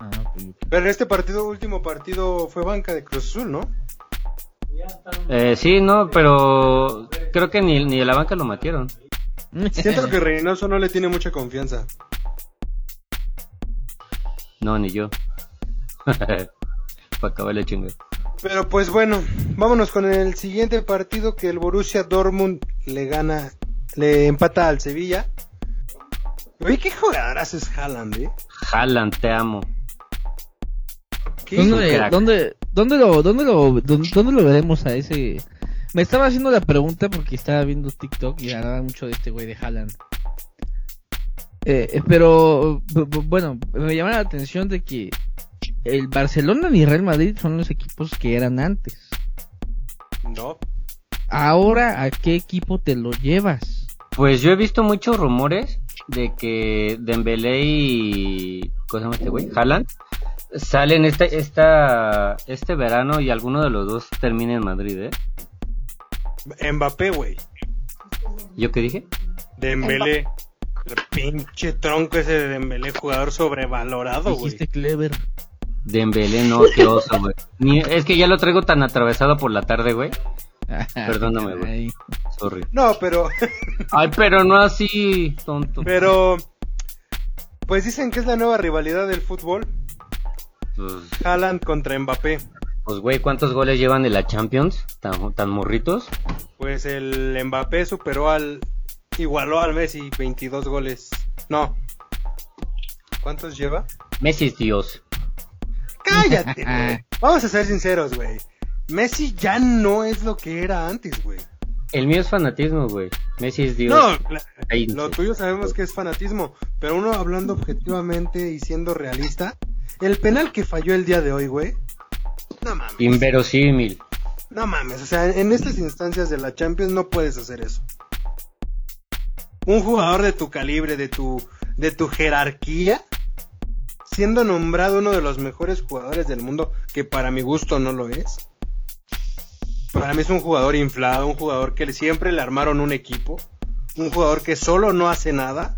Ah, pues, Pero en este partido, último partido, fue banca de Cruz Azul, ¿no? Eh, sí, no, pero creo que ni, ni de la banca lo matieron. Siento que Reynoso no le tiene mucha confianza. No, ni yo. Para acabar la chinga. Pero pues bueno, vámonos con el siguiente partido que el Borussia Dortmund le gana, le empata al Sevilla. Oye, qué jugadoras es Haaland, ¿eh? Jalan, te amo. ¿Qué un ¿Dónde, crack. dónde, dónde, lo, dónde, lo, dónde, dónde lo veremos a ese? Me estaba haciendo la pregunta porque estaba viendo TikTok y hablaba mucho de este güey de Haaland. Eh, eh, pero, bu- bu- bueno, me llama la atención de que el Barcelona y Real Madrid son los equipos que eran antes. No. Ahora, ¿a qué equipo te lo llevas? Pues yo he visto muchos rumores de que Dembélé y ¿cómo se llama este güey? Haaland salen este esta este verano y alguno de los dos termina en Madrid, ¿eh? Mbappé, güey. ¿Yo qué dije? Dembélé. El pinche tronco ese de Dembélé, jugador sobrevalorado, güey. Dijiste Clever. Dembélé no, qué oso, güey. Ni- Es que ya lo traigo tan atravesado por la tarde, güey. Perdóname, güey. Ay. Sorry. No, pero, Ay, pero no así, tonto. pero, pues dicen que es la nueva rivalidad del fútbol. Pues, Haaland contra Mbappé. pues, güey, ¿cuántos goles llevan de la Champions? Tan, tan morritos. Pues el Mbappé superó al. Igualó al Messi, 22 goles. No. ¿Cuántos lleva? Messi es Dios. ¡Cállate, güey! Vamos a ser sinceros, güey. Messi ya no es lo que era antes, güey. El mío es fanatismo, güey. Messi es Dios. No, la- Ahí lo sí. tuyo sabemos que es fanatismo. Pero uno hablando objetivamente y siendo realista, el penal que falló el día de hoy, güey. No mames. Inverosímil. No mames, o sea, en estas instancias de la Champions no puedes hacer eso. Un jugador de tu calibre, de tu, de tu jerarquía, siendo nombrado uno de los mejores jugadores del mundo, que para mi gusto no lo es. Para mí es un jugador inflado, un jugador que siempre le armaron un equipo, un jugador que solo no hace nada.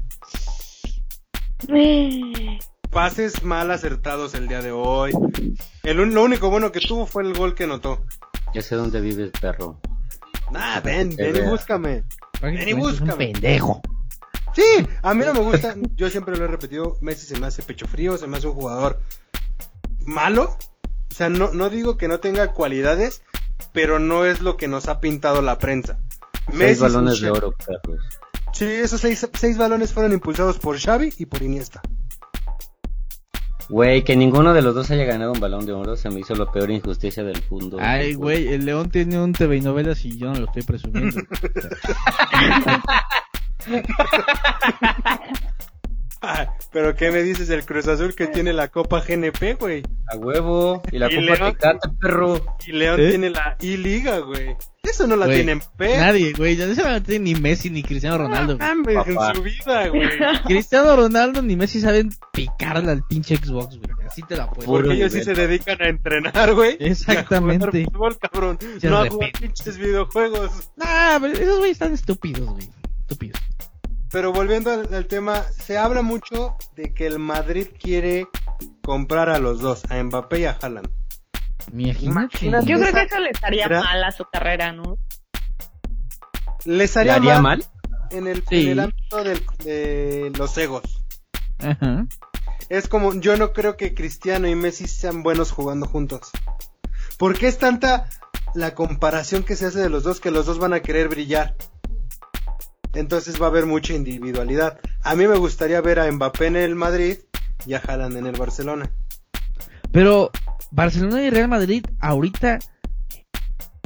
Pases mal acertados el día de hoy. El, un- lo único bueno que tuvo fue el gol que anotó. Ya sé dónde vives, perro. Ah, ven, Te ven y veo. búscame. Prácticamente es un búscame. pendejo. Sí, a mí no me gusta, yo siempre lo he repetido, Messi se me hace pecho frío, se me hace un jugador malo. O sea, no, no digo que no tenga cualidades, pero no es lo que nos ha pintado la prensa. Messi Seis es balones un de Xavi. oro, perros. Sí, esos seis, seis balones fueron impulsados por Xavi y por Iniesta. Güey, que ninguno de los dos haya ganado un balón de oro se me hizo la peor injusticia del mundo. Ay, güey, el León tiene un TV y novelas y yo no lo estoy presumiendo. Ay, pero ¿qué me dices del Cruz Azul que tiene la Copa GNP, güey? A huevo. Y la Y copa León. Tecate, perro. Y León ¿Eh? tiene la I-Liga, güey. Eso no la Güey, tienen Pep. Nadie, güey, ya no se va a tener ni Messi ni Cristiano Ronaldo. No mames, güey. Papá. en su vida, güey. Cristiano Ronaldo ni Messi saben picarle al pinche Xbox, güey. Así te la puedo. Puro Porque ellos sí nivel. se dedican a entrenar, güey. y a Exactamente. jugar fútbol, cabrón. Se no a arrepiente. jugar pinches videojuegos. Nah, pero esos güeyes están estúpidos, güey. Estúpidos. Pero volviendo al, al tema, se habla mucho de que el Madrid quiere comprar a los dos, a Mbappé y a Haaland. Imagínate. Imagínate. Yo creo que eso le estaría Era- mal a su carrera, ¿no? ¿Les ¿Le haría, haría mal, mal? En, el, Sí. en el ámbito del- de los egos? Ajá. Es como, yo no creo que Cristiano y Messi sean buenos jugando juntos. ¿Por qué es tanta la comparación que se hace de los dos que los dos van a querer brillar? Entonces va a haber mucha individualidad. A mí me gustaría ver a Mbappé en el Madrid y a Haaland en el Barcelona. Pero Barcelona y Real Madrid ahorita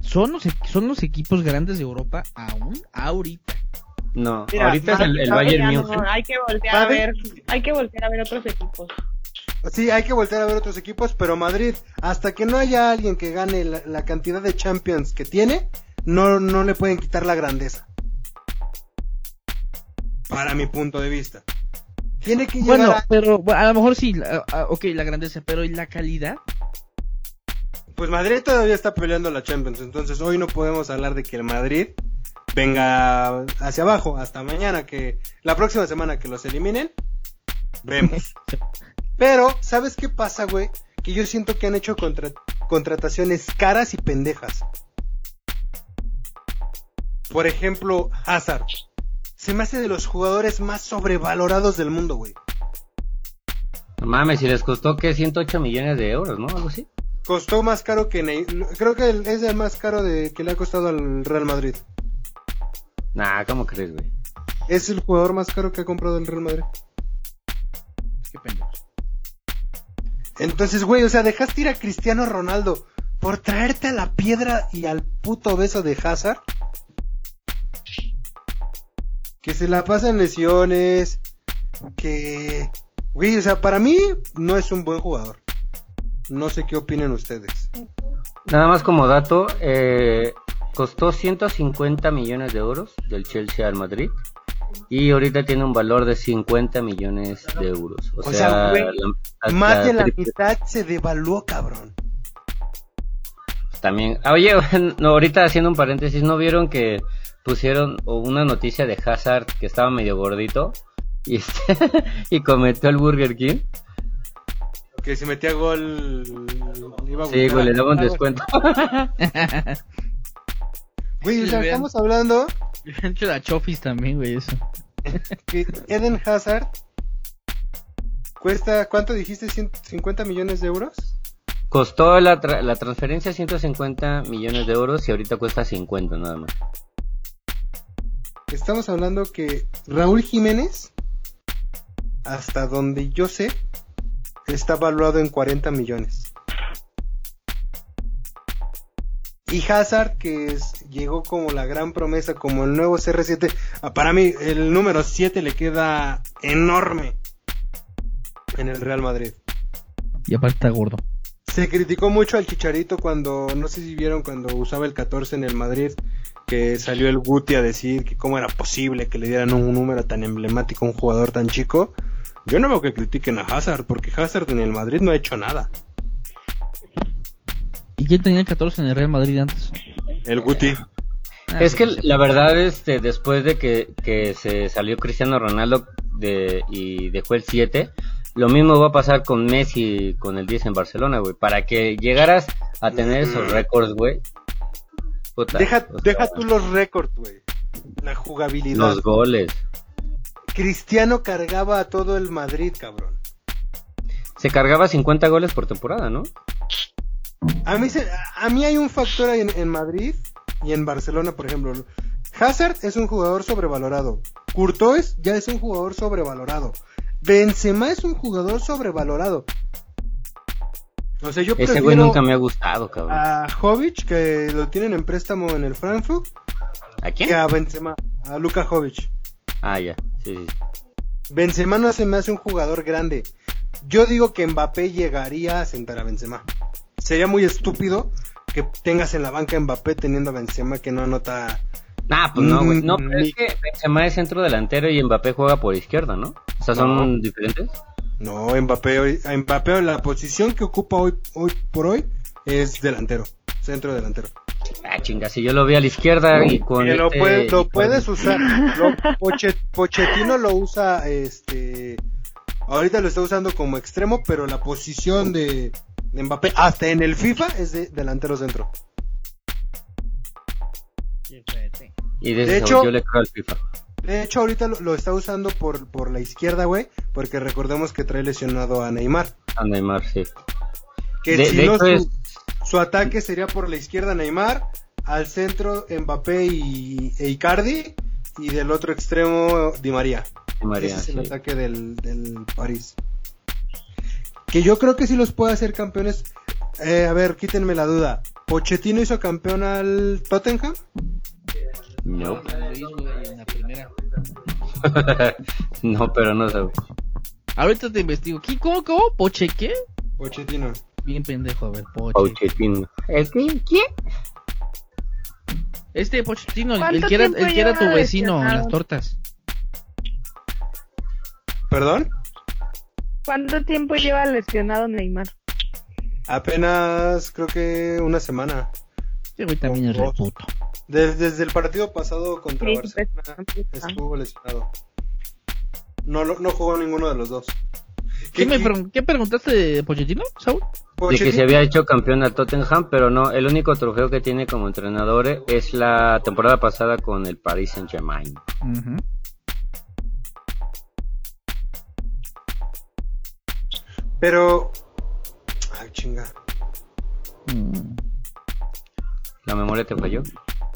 son los, e- son los equipos grandes de Europa aún ahorita. No, Mira, ahorita es el, el No, ya Bayern no, Múnich. hay que voltear a ¿Sabe? ver, hay que voltear a ver otros equipos. Sí, hay que voltear a ver otros equipos, pero Madrid, hasta que no haya alguien que gane la, la cantidad de Champions que tiene, no, no le pueden quitar la grandeza. Para mi punto de vista. Tiene que llegar Bueno, a- pero bueno, a lo mejor sí, la- a- a- ok, la grandeza, pero ¿y la calidad? Pues Madrid todavía está peleando la Champions, entonces hoy no podemos hablar de que el Madrid venga hacia abajo hasta mañana, que la próxima semana que los eliminen, vemos. Pero, ¿sabes qué pasa, güey? Que yo siento que han hecho contra- contrataciones caras y pendejas. Por ejemplo, Hazard. Se me hace de los jugadores más sobrevalorados del mundo, güey. No mames, y les costó que 108 millones de euros, ¿no? Algo así. Costó más caro que Ney. Creo que el- es el más caro de, que le ha costado al Real Madrid. Nah, ¿cómo crees, güey? Es el jugador más caro que ha comprado el Real Madrid. Qué pendejo. Entonces, güey, o sea, dejaste ir a Cristiano Ronaldo por traerte a la piedra y al puto beso de Hazard. Que se la pasan lesiones. Que. Güey, o sea, para mí no es un buen jugador. No sé qué opinen ustedes. Nada más como dato, eh, costó 150 millones de euros del Chelsea al Madrid y ahorita tiene un valor de 50 millones de euros. O, O sea, sea, güey, la- la Más de la triple- mitad se devaluó, cabrón. También. Ah, Oye, no, ahorita haciendo un paréntesis, ¿no vieron que pusieron o una noticia de Hazard que estaba medio gordito y, este, y cometió el Burger King? Que si metía gol. iba a Sí, gustar. güey, le daba un descuento. Güey, o sea, Sí, estamos hablando Le han hecho la chofis también, güey, eso. que Eden Hazard cuesta, ¿cuánto dijiste? ¿150 millones de euros? Costó la, tra- la transferencia 150 millones de euros y ahorita cuesta 50 nada más. Estamos hablando que Raúl Jiménez, hasta donde yo sé, está valuado en 40 millones. Y Hazard, que es- llegó como la gran promesa, como el nuevo CR7, ah, para mí el número 7 le queda enorme en el Real Madrid. Y aparte está gordo. Se criticó mucho al Chicharito cuando, no sé si vieron cuando usaba el 14 en el Madrid, que salió el Guti a decir que cómo era posible que le dieran un número tan emblemático a un jugador tan chico. Yo no veo que critiquen a Hazard, porque Hazard en el Madrid no ha hecho nada. ¿Y quién tenía el 14 en el Real Madrid antes? El Guti. Ah, Es que sí, la verdad, este, después de que, que se salió Cristiano Ronaldo de, y dejó el 7, lo mismo va a pasar con Messi y con el 10 en Barcelona, güey. Para que llegaras a tener esos récords, güey. Puta, Deja, o sea, deja tú los récords, güey. La jugabilidad. los goles. Cristiano cargaba a todo el Madrid, cabrón. se cargaba 50 goles por temporada, ¿no? A mí, se- a mí hay un factor ahí en, en Madrid y en Barcelona, por ejemplo. Hazard es un jugador sobrevalorado. Courtois ya es un jugador sobrevalorado. Benzema es un jugador sobrevalorado. O sea, yo Ese prefiero güey nunca me ha gustado, cabrón. a Jovic, que lo tienen en préstamo en el Frankfurt, ¿A que quién? a Benzema, a Luka Jovic. Ah, ya. Sí, sí. Benzema no se me hace un jugador grande. Yo digo que Mbappé llegaría a sentar a Benzema. Sería muy estúpido que tengas en la banca a Mbappé teniendo a Benzema que no anota. Nah, pues no, güey. No, Mm, pero es que Benzema es centro delantero y Mbappé juega por izquierda, ¿no? O sea, son No. diferentes. No, Mbappé, hoy- a Mbappé la posición que ocupa hoy, hoy por hoy es delantero, centro delantero. Ah, chinga, si yo lo vi a la izquierda y con. Que lo, este- puede- lo puedes usar. Lo- Poche- Pochettino lo usa, este. Ahorita lo está usando como extremo, pero la posición de de Mbappé, hasta en el FIFA, es de delantero centro. Y de, ese sabor De hecho- yo le creo al FIFA. De hecho, ahorita lo, lo está usando por, por la izquierda, güey, porque recordemos que trae lesionado a Neymar. A Neymar, sí. Que De- si de no, hecho su, es- su ataque sería por la izquierda Neymar, al centro Mbappé y, e Icardi, y del otro extremo Di María. Di María, Ese es el sí. ataque del, del París. Que yo creo que si los puede hacer campeones. Eh, a ver, quítenme la duda. ¿Pochettino hizo campeón al Tottenham? No. En la primera. no, pero no sabe. Ahorita te investigo. ¿Qué, ¿Cómo, cómo? ¿Poche qué? Pochettino. Bien pendejo, a ver, Poche. Pochettino. ¿El qué? ¿Quién? Este Pochettino, el- el, ¿Cuánto que era, tiempo el que era tu lleva vecino en lesionado? las tortas. ¿Perdón? ¿Cuánto tiempo lleva lesionado Neymar? Apenas creo que una semana. Este güey también es Ojo. reputo. Des- desde el partido pasado contra Sí, Barcelona pues, ah. estuvo lesionado. No, lo- no jugó ninguno de los dos. ¿Qué, me pregun- ¿Qué preguntaste de Pochettino, Saúl? De que Pochettino- se había hecho campeón al Tottenham, pero no, el único trofeo que tiene como entrenador es la temporada pasada con el Paris Saint Germain. Pero... Ay, chinga. Mm. La memoria te falló.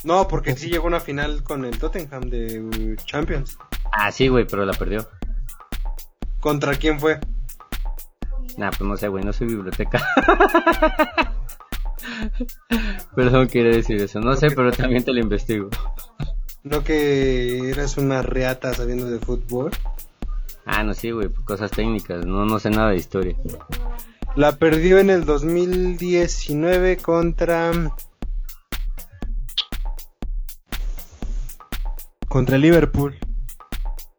No, porque sí llegó a una final con el Tottenham de uh, Champions. Ah, sí, güey, pero la perdió. ¿Contra quién fue? Nah, pues no sé, güey, no soy biblioteca. Perdón, quiero decir eso. No sé, pero también te lo investigo. No que eras una reata sabiendo de fútbol. Ah, no, sí, güey, cosas técnicas. No, no sé nada de historia. La perdió en el 2019 contra... Contra el Liverpool.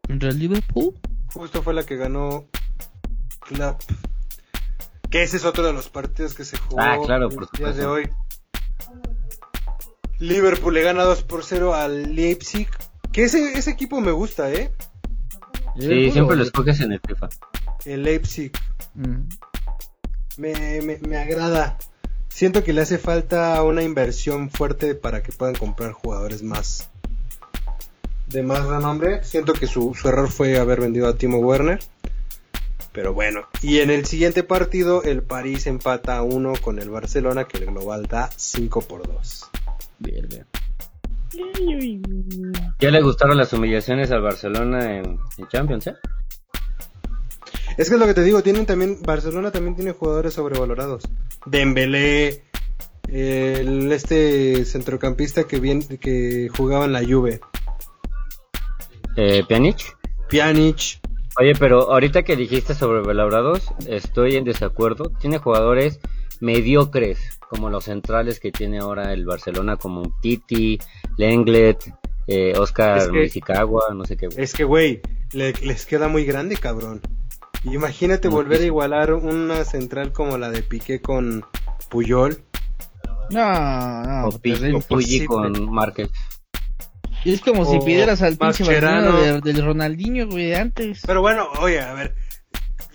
¿Contra el Liverpool? Justo fue la que ganó Clap. Que ese es otro de los partidos que se jugó Ah, claro, por el día de supuesto. hoy. Liverpool le gana 2 por 0 al Leipzig. Que ese, ese equipo me gusta, ¿eh? Sí, siempre lo escoges en el FIFA. El Leipzig. Mm. Me, me, me agrada. Siento que le hace falta una inversión fuerte para que puedan comprar jugadores más de más renombre. Siento que su, su error fue haber vendido a Timo Werner. Pero bueno. Y en el siguiente partido, el París empata a uno con el Barcelona, que el global da 5 por 2. Verga. Ya le gustaron las humillaciones al Barcelona en, en Champions, ¿eh? Es que es lo que te digo, tienen también, Barcelona también tiene jugadores sobrevalorados. Dembélé, el, este centrocampista que, bien, que jugaba en la Juve. Eh, Pjanic. Pjanic, Oye, pero ahorita que dijiste sobre valorados, estoy en desacuerdo. Tiene jugadores mediocres, como los centrales que tiene ahora el Barcelona, como un Titi, Lenglet, eh, Oscar Es que- Mexicagua, no sé qué. güey. Es que, güey, le- les queda muy grande, cabrón. Imagínate No, volver a pues- igualar una central como la de Piqué con Puyol. No, no. o Pi- terrible. o Pulli imposible. con Márquez. Es como si O pidieras al pinche Mascherano. Barcelona de- del Ronaldinho, güey, de antes. Pero bueno, oye, a ver,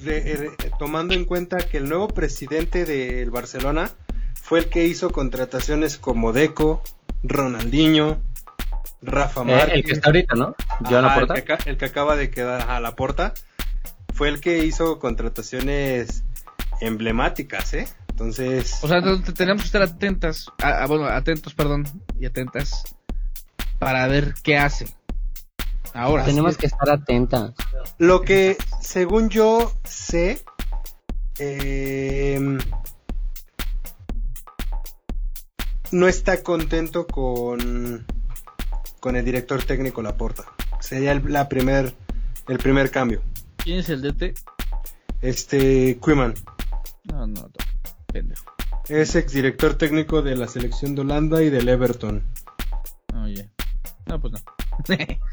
de- eh, tomando en cuenta que el nuevo presidente del Barcelona fue el que hizo contrataciones como Deco, Ronaldinho, Rafa Eh, Márquez. el que está ahorita, ¿no? Ah, Yo Ajá, Laporta. El que, aca- el que acaba de quedar a la puerta fue el que hizo contrataciones emblemáticas, ¿eh? Entonces, O sea, te- tenemos que estar atentas, a- a- bueno, atentos, perdón, y atentas para ver qué hace. Ahora, Tenemos que estar atentas. lo que según yo sé, eh, no está contento con, con el director técnico Laporta. Sería el, la primer, el primer cambio. ¿quién es el DT? Este, Kuman No, no, no, pendejo. es exdirector técnico de la selección de Holanda y del Everton. Oye, no, pues no.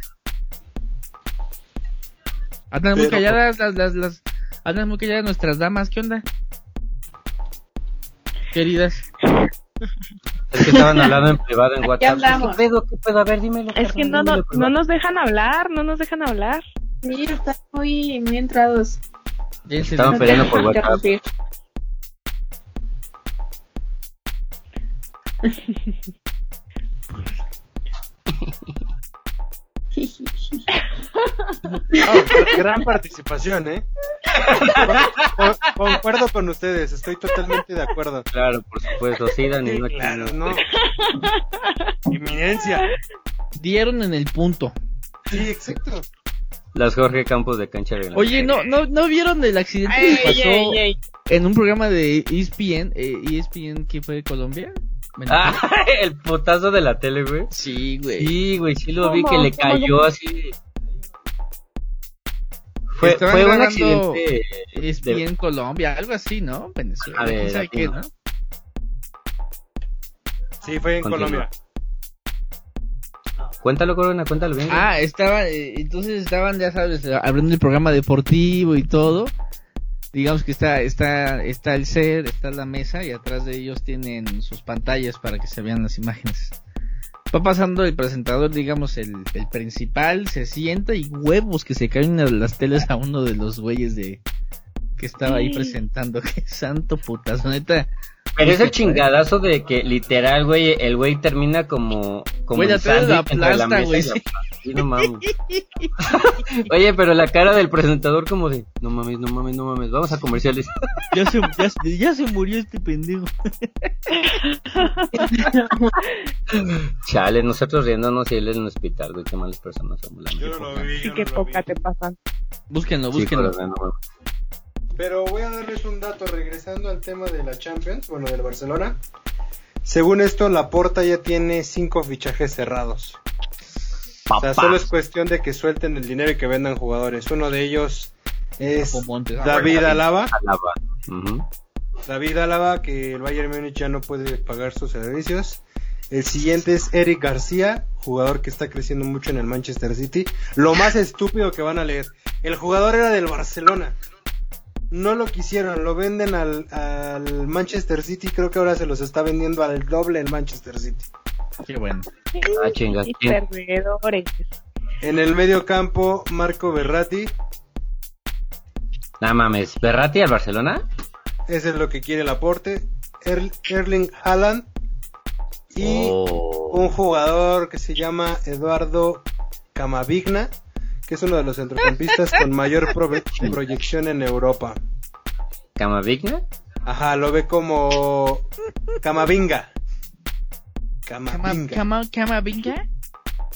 andan muy Pero- calladas las, las, las, andan muy calladas nuestras damas, ¿qué onda? Queridas, Es que estaban hablando en privado en WhatsApp. hablamos. ¿Qué pedo? ¿Qué pedo? A ver, dímelo. Es que no, carnal, no, dímelo, por no favor. nos dejan hablar, no nos dejan hablar. Sí, están muy, muy entrados. Ah, ya en serio. Estaban peleando por WhatsApp. Interrumpir. Ah, gran participación, ¿eh? Con- Concuerdo con ustedes, estoy totalmente de acuerdo. Claro, por supuesto. Sí, Dani. No, Claro, chingues. no. Inminencia. Dieron en el punto. Sí, exacto. Las Jorge Campos de Cancha de Oye, no, no, no vieron el accidente Ey, que pasó ey, ey. en un programa de ESPN, eh, ESPN que fue de Colombia. Bueno, Ah, el potazo de la tele, güey. Sí, güey. Sí, güey, sí lo vi ¿Cómo? que le ¿Cómo, cayó cómo? así. Fue, Estaban fue un grabando accidente. Es de- bien Colombia, algo así, ¿no? Venezuela, A ver, quién sabe qué, latino. ¿no? Sí, fue en Continúa. Colombia. Cuéntalo, Corona, cuéntalo bien. Ah, estaba, eh, entonces estaban, ya sabes, eh, abriendo el programa deportivo y todo. Digamos que está, está, está el ser, está la mesa y atrás de ellos tienen sus pantallas para que se vean las imágenes. Va pasando el presentador, digamos, el, el principal, se sienta y huevos que se caen a las teles a uno de los güeyes de que estaba ahí Sí. presentando. Qué santo putazo, neta. Pero es el chingadazo de que literal, güey, el güey termina como. como Güey, un atrás de la sándwich entre plasta, mesa güey, y la- Sí, no mames. Oye, pero la cara del presentador, como de. No mames, no mames, no mames. Vamos a comerciales. Ya se, ya, se- ya se murió este pendejo. Chale, nosotros riéndonos y él en el hospital, güey. Qué malas personas somos. la Yo neta. no lo vi. Y Yo qué no lo poca vi. te pasan. Búsquenlo, Sí, búsquenlo. Corona, no mames. Pero voy a darles un dato regresando al tema de la Champions, bueno, del Barcelona. Según esto, Laporta ya tiene cinco fichajes cerrados. O sea, Papá. solo es cuestión de que suelten el dinero y que vendan jugadores. Uno de ellos es Papo Montes. David Alaba. Alaba. Ujú. David Alaba, que el Bayern Múnich ya no puede pagar sus servicios. El siguiente es Eric García, jugador que está creciendo mucho en el Manchester City. Lo más estúpido que van a leer. El jugador era del Barcelona. No lo quisieron, lo venden al, al Manchester City. Creo que ahora se los está vendiendo al doble el Manchester City. Qué bueno. Ah, chinga, Y ¿quién? perdedores. En el medio campo, Marco Berratti. No mames. ¿Berrati al Barcelona? Ese es lo que quiere el aporte. Er- Erling Haaland. Y Oh. un jugador que se llama Eduardo Camavigna, que es uno de los centrocampistas con mayor prove- proyección en Europa. ¿Camavigna? Ajá, lo ve como Camavinga. Cama- Camavinga. cama- Camavinga.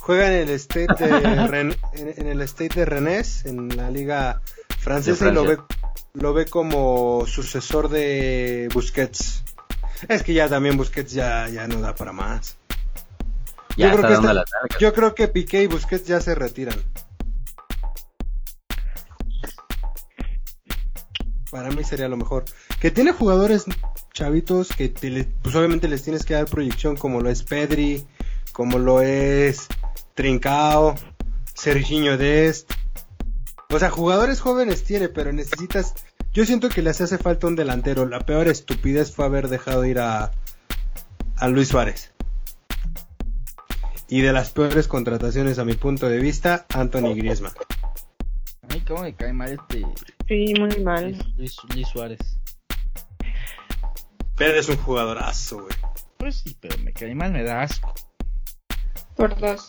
Juega en el State de Ren- en en el State de Rennes en la liga francesa De y lo ve Francia. lo ve como sucesor de Busquets. Es que ya también Busquets ya, ya no da para más. Ya Yo creo este está que dando esta- la targa. Yo creo que Piqué y Busquets ya se retiran. Para mí sería lo mejor. Que tiene jugadores chavitos que te le- pues obviamente les tienes que dar proyección como lo es Pedri, como lo es Trincao, Serginho Dest. O sea, jugadores jóvenes tiene, pero necesitas... Yo siento que les hace falta un delantero. La peor estupidez fue haber dejado ir a, a Luis Suárez. Y de las peores contrataciones a mi punto de vista, Anthony Griezmann. Ay, cómo me cae mal este Sí, muy mal. Luis- Luis, Luis Suárez. Pero es un jugadorazo, güey. Pues sí, pero me cae mal, me da asco. Por dos.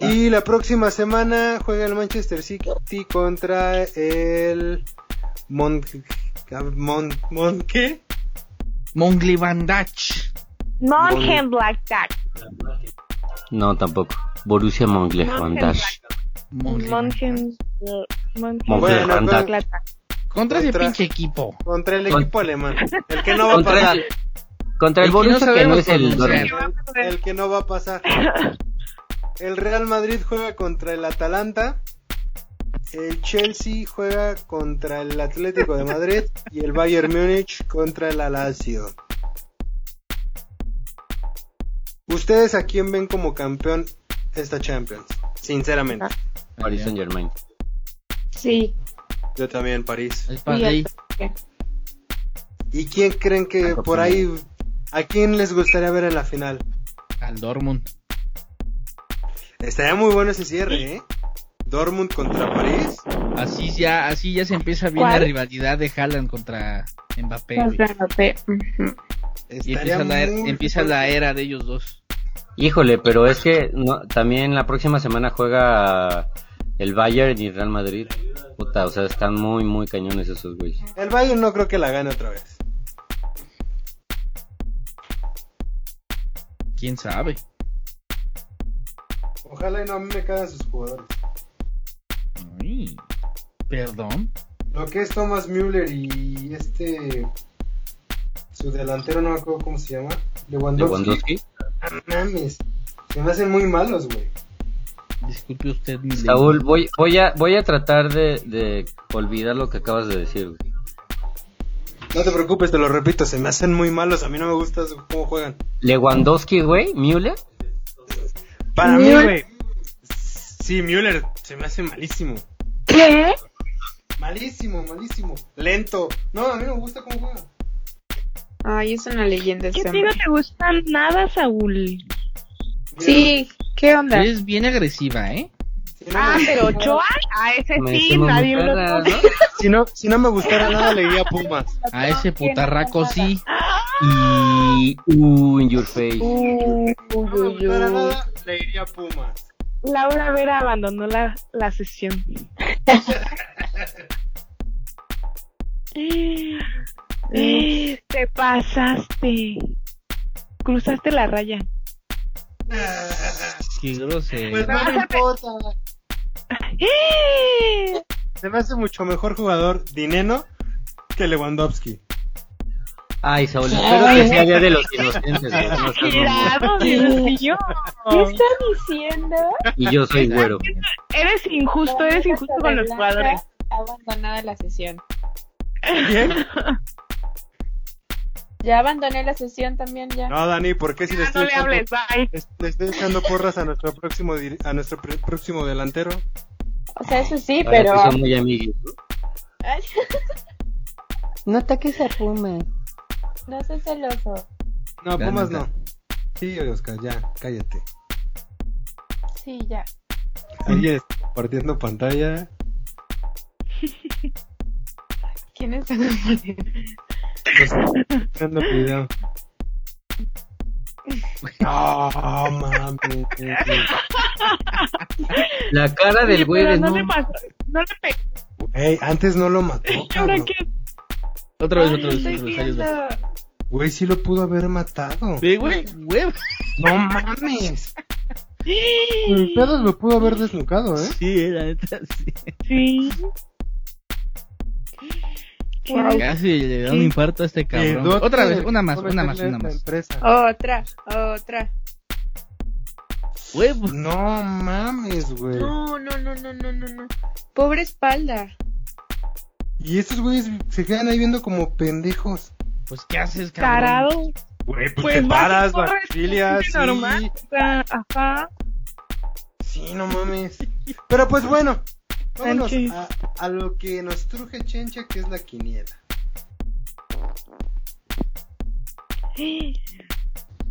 Y la próxima semana juega el Manchester City contra el Mon Mon, mon, ¿qué? Monglivandach. Mongen Blackjack. No, tampoco. Borussia Mönchengladbach. Mönchengladbach. Monglivandach. Mongen. Mongen Bueno, Mönchengladbach. Blackjack. Contra ese Contra- pinche equipo. Contra el Con- equipo alemán. El que no va a Contra pasar. el, contra el El que no Borussia que no sabemos es el pronunciar. Dortmund. El, el que no va a pasar. El Real Madrid juega contra el Atalanta. El Chelsea juega contra el Atlético de Madrid. Y el Bayern Múnich contra el Lazio. ¿Ustedes a quién ven como campeón esta Champions? Sinceramente. Paris Saint Germain. Sí. Yo también, París. Es para ahí. ¿Y quién creen que Copa por ahí... ¿A quién les gustaría ver en la final? Al Dortmund. Estaría muy bueno ese cierre, ¿eh? Dortmund contra París. Así ya, así ya se empieza bien ¿Cuál? la rivalidad de Haaland contra Mbappé. güey. Contra Mbappé. Ujú. Y Estaría empieza la, er, muy empieza bueno. la era de ellos dos. Híjole, pero es que no, también la próxima semana juega el Bayern y Real Madrid. Puta, o sea, están muy, muy cañones esos güeyes. El Bayern no creo que la gane otra vez. ¿Quién sabe? Ojalá y no me cagan sus jugadores. Ay, Perdón. Lo que es Thomas Müller y este. Su delantero, no me acuerdo cómo se llama. Lewandowski. Lewandowski. No Mames. Se me hacen muy malos, güey. Disculpe usted. mi Saúl, ley. voy, voy, a, voy a tratar de, de olvidar lo que acabas de decir. güey. No te preocupes, te lo repito. Se me hacen muy malos. A mí no me gusta su- cómo juegan. Lewandowski, güey, Müller. Para mí, Müller. güey. Sí, Müller se me hace malísimo. ¿Qué? Malísimo, malísimo. Lento. No, a mí no me gusta cómo juega. Ay, es una leyenda ¿Qué ese tiro hombre. te gustan nada, Saúl? Sí, ¿qué onda? Es bien agresiva, ¿eh? Si no, Ah, me- pero Ochoa, a ese Me sí, decimos nadie lo mujeres, toca. ¿no? si no, si no me gustara nada, le iría a Pumas. A ese putarraco sí. Y. Uh, in your face. Uy, Si no me Uh, uy, gustara uy. nada, le iría a Pumas. Laura Vera abandonó la, la sesión. Te pasaste. Cruzaste la raya. Pues Qué grosero. no me Pásame. importa. Se me hace mucho mejor jugador Dineno que Lewandowski. Ay, Saúl, espero Ay, que sea día de los inocentes. güey, no seas Cuidado, mamón. Dios mío. ¿Qué está diciendo? Y yo soy güero. Eres injusto, La eres Rosa injusto con los Blanca jugadores. Ha abandonado la sesión. ¿Bien? Ya abandoné la sesión también, ya. No, Dani, ¿por qué si le Ah, No estoy, le echando, hables, bye. es- le estoy echando porras a nuestro próximo dir- a nuestro pr- próximo delantero? O sea, eso sí, Ahora pero. que son muy amigos. Ay, No ataques a Puma. no seas celoso. No, La Pumas neta. no. Sí, Oscar, ya, cállate. Sí, ya. Alguien está compartiendo pantalla. ¿Quién está compartiendo? Buscando video. No, mames. La cara del güey Pero de no no. le pasó. No le pegó. Güey, antes no lo mató. ¿Y ahora cabrón. qué? Otra vez, Ay, otra vez. estoy Otra vez. ahí les va. viendo. Güey, sí lo pudo haber matado. Ve, güey, güey. No mames. Sin pedos lo pudo haber desnucado, ¿eh? Sí, eh, la neta, sí. Sí. Wow. Casi le da un infarto a este cabrón. Quedó Otra vez, que- una más, por una más, meterle a esta una más. empresa. Otra, otra. Güey, pues, No mames, güey. No, no, no, no, no, no, no. Pobre espalda. Y estos güeyes se quedan ahí viendo como pendejos. pues, ¿qué haces, cabrón? Tarado. Güey, Pues vas y corres, es normal. O sea, Ajá. Sí, no mames. Pero pues bueno, vámonos Sánchez. a, a lo que nos truje Chencha, que es la quiniela.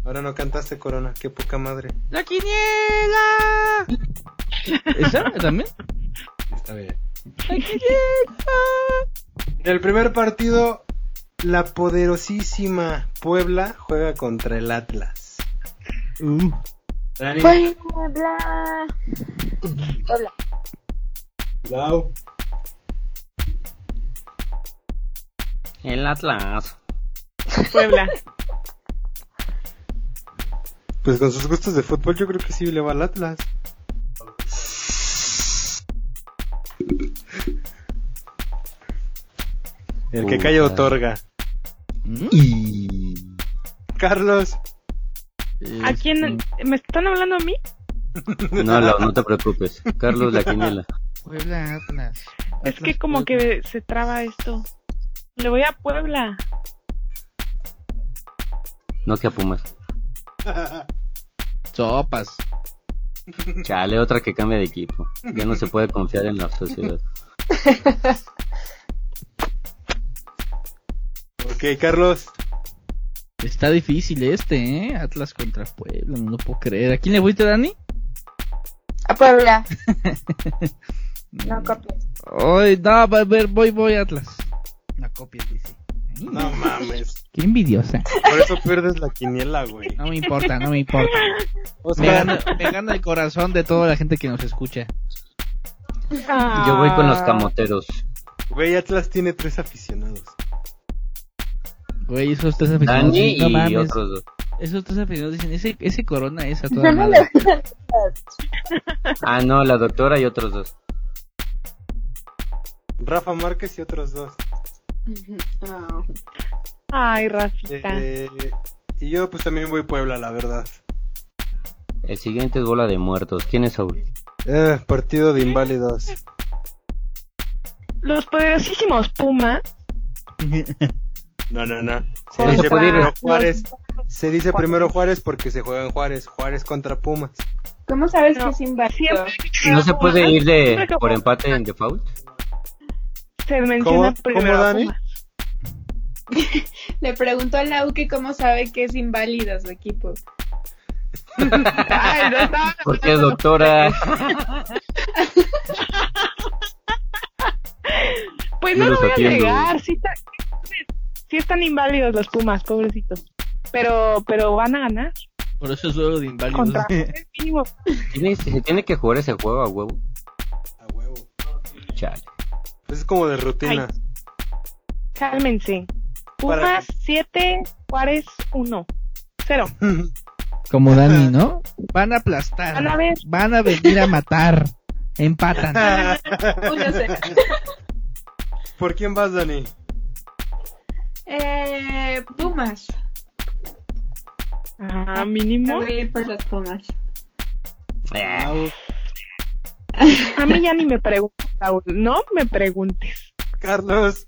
Ahora no cantaste Corona, qué poca madre. ¡La quiniela! ¿Esa también? Está bien. En el primer partido, la poderosísima Puebla juega contra el Atlas. Uh, Dani, Puebla. Hola. El Atlas. Puebla. Pues con sus gustos de fútbol yo creo que sí le va al Atlas. El que calla Puta. otorga. ¿Mm? Y... Carlos. ¿A quién? ¿Me están hablando a mí? No, Lau, no te preocupes. Carlos La Quinela. Puebla Atlas. Es que como que se traba esto. Le voy a Puebla. No que a Pumas. Sopas. Chale, otra que cambia de equipo. Ya no se puede confiar en la sociedad. ok, Carlos. Está difícil este, ¿eh? Atlas contra Puebla, no lo puedo creer. ¿A quién le fuiste, Dani? A Puebla. Mm. No copies. Ay, no, va a ver, voy, voy, Atlas. La copia, dice. Ay, No mames. Qué envidiosa. Por eso pierdes la quiniela, güey. No me importa, no me importa. Me Oscar. gana, me gana el corazón de toda la gente que nos escucha. Yo voy Ah. con los Ah. camoteros. Güey, Atlas tiene tres aficionados. Güey, esos tres aficionados. Dani Pues, no y mames. otros dos. Esos tres aficionados dicen: ese, ese corona es a toda No, no madre. le- Ah, no, la doctora y otros dos. Rafa Márquez y otros dos. Ah. Ay, Rafita. Eh, y yo pues también voy Puebla, la verdad. El siguiente es bola de muertos. ¿Quién es Saúl? Eh, partido de inválidos. Los poderosísimos Puma. No, no, no. Se Contra- dice puede ir. primero Juárez. Se dice primero Juárez porque se juega en Juárez. Juárez contra Pumas. ¿Cómo sabes No. que es Ah. inválido? Siempre que ¿No se juega puede Pumas, ir de siempre que por juega empate en default? Se ¿Cómo- menciona cómo, primero a Dani? Pumas. Le preguntó a Lau que cómo sabe que es inválido su equipo. Ay, no estaba- Porque es doctora. Pues Yo no lo los voy a atiendo. negar. Sí, ta- sí están inválidos los Pumas, pobrecitos. Pero, pero van a ganar. Por eso es duelo de inválidos. Contra el mínimo. Tiene- se tiene que jugar ese juego a huevo. A huevo. Chale. Pues es como de rutina. Cálmense. Para- Pumas 7, Juárez 1. 0. Como Dani, ¿no? Van a aplastar. Van a ver. Van a venir a matar. Empatan. Uno cero. ¿Por quién vas, Dani? Eh, Pumas. Ah, Me mínimo. voy a ir por las Pumas. Eh, Au. A mí ya ni me preguntes, Saúl. No me preguntes. Carlos.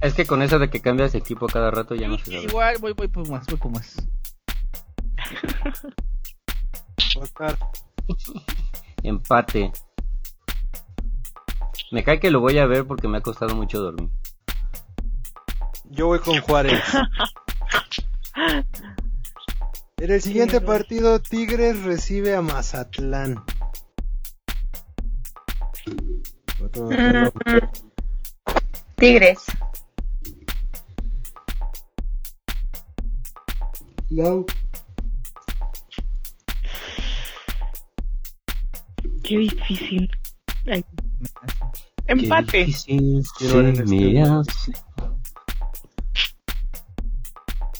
Es que con eso de que cambias equipo cada rato ya no se sabe. Ah, Igual, voy, voy, Pumas, voy, Pumas. Oscar. Empate. Me cae que lo voy a ver porque me ha costado mucho dormir. Yo voy con Juárez. En el siguiente partido, Tigres recibe a Mazatlán. Otro- otro- Tigres. Lau. Qué difícil. Ay. Empate. Qué difícil Yo no era se en me este, güey. hace.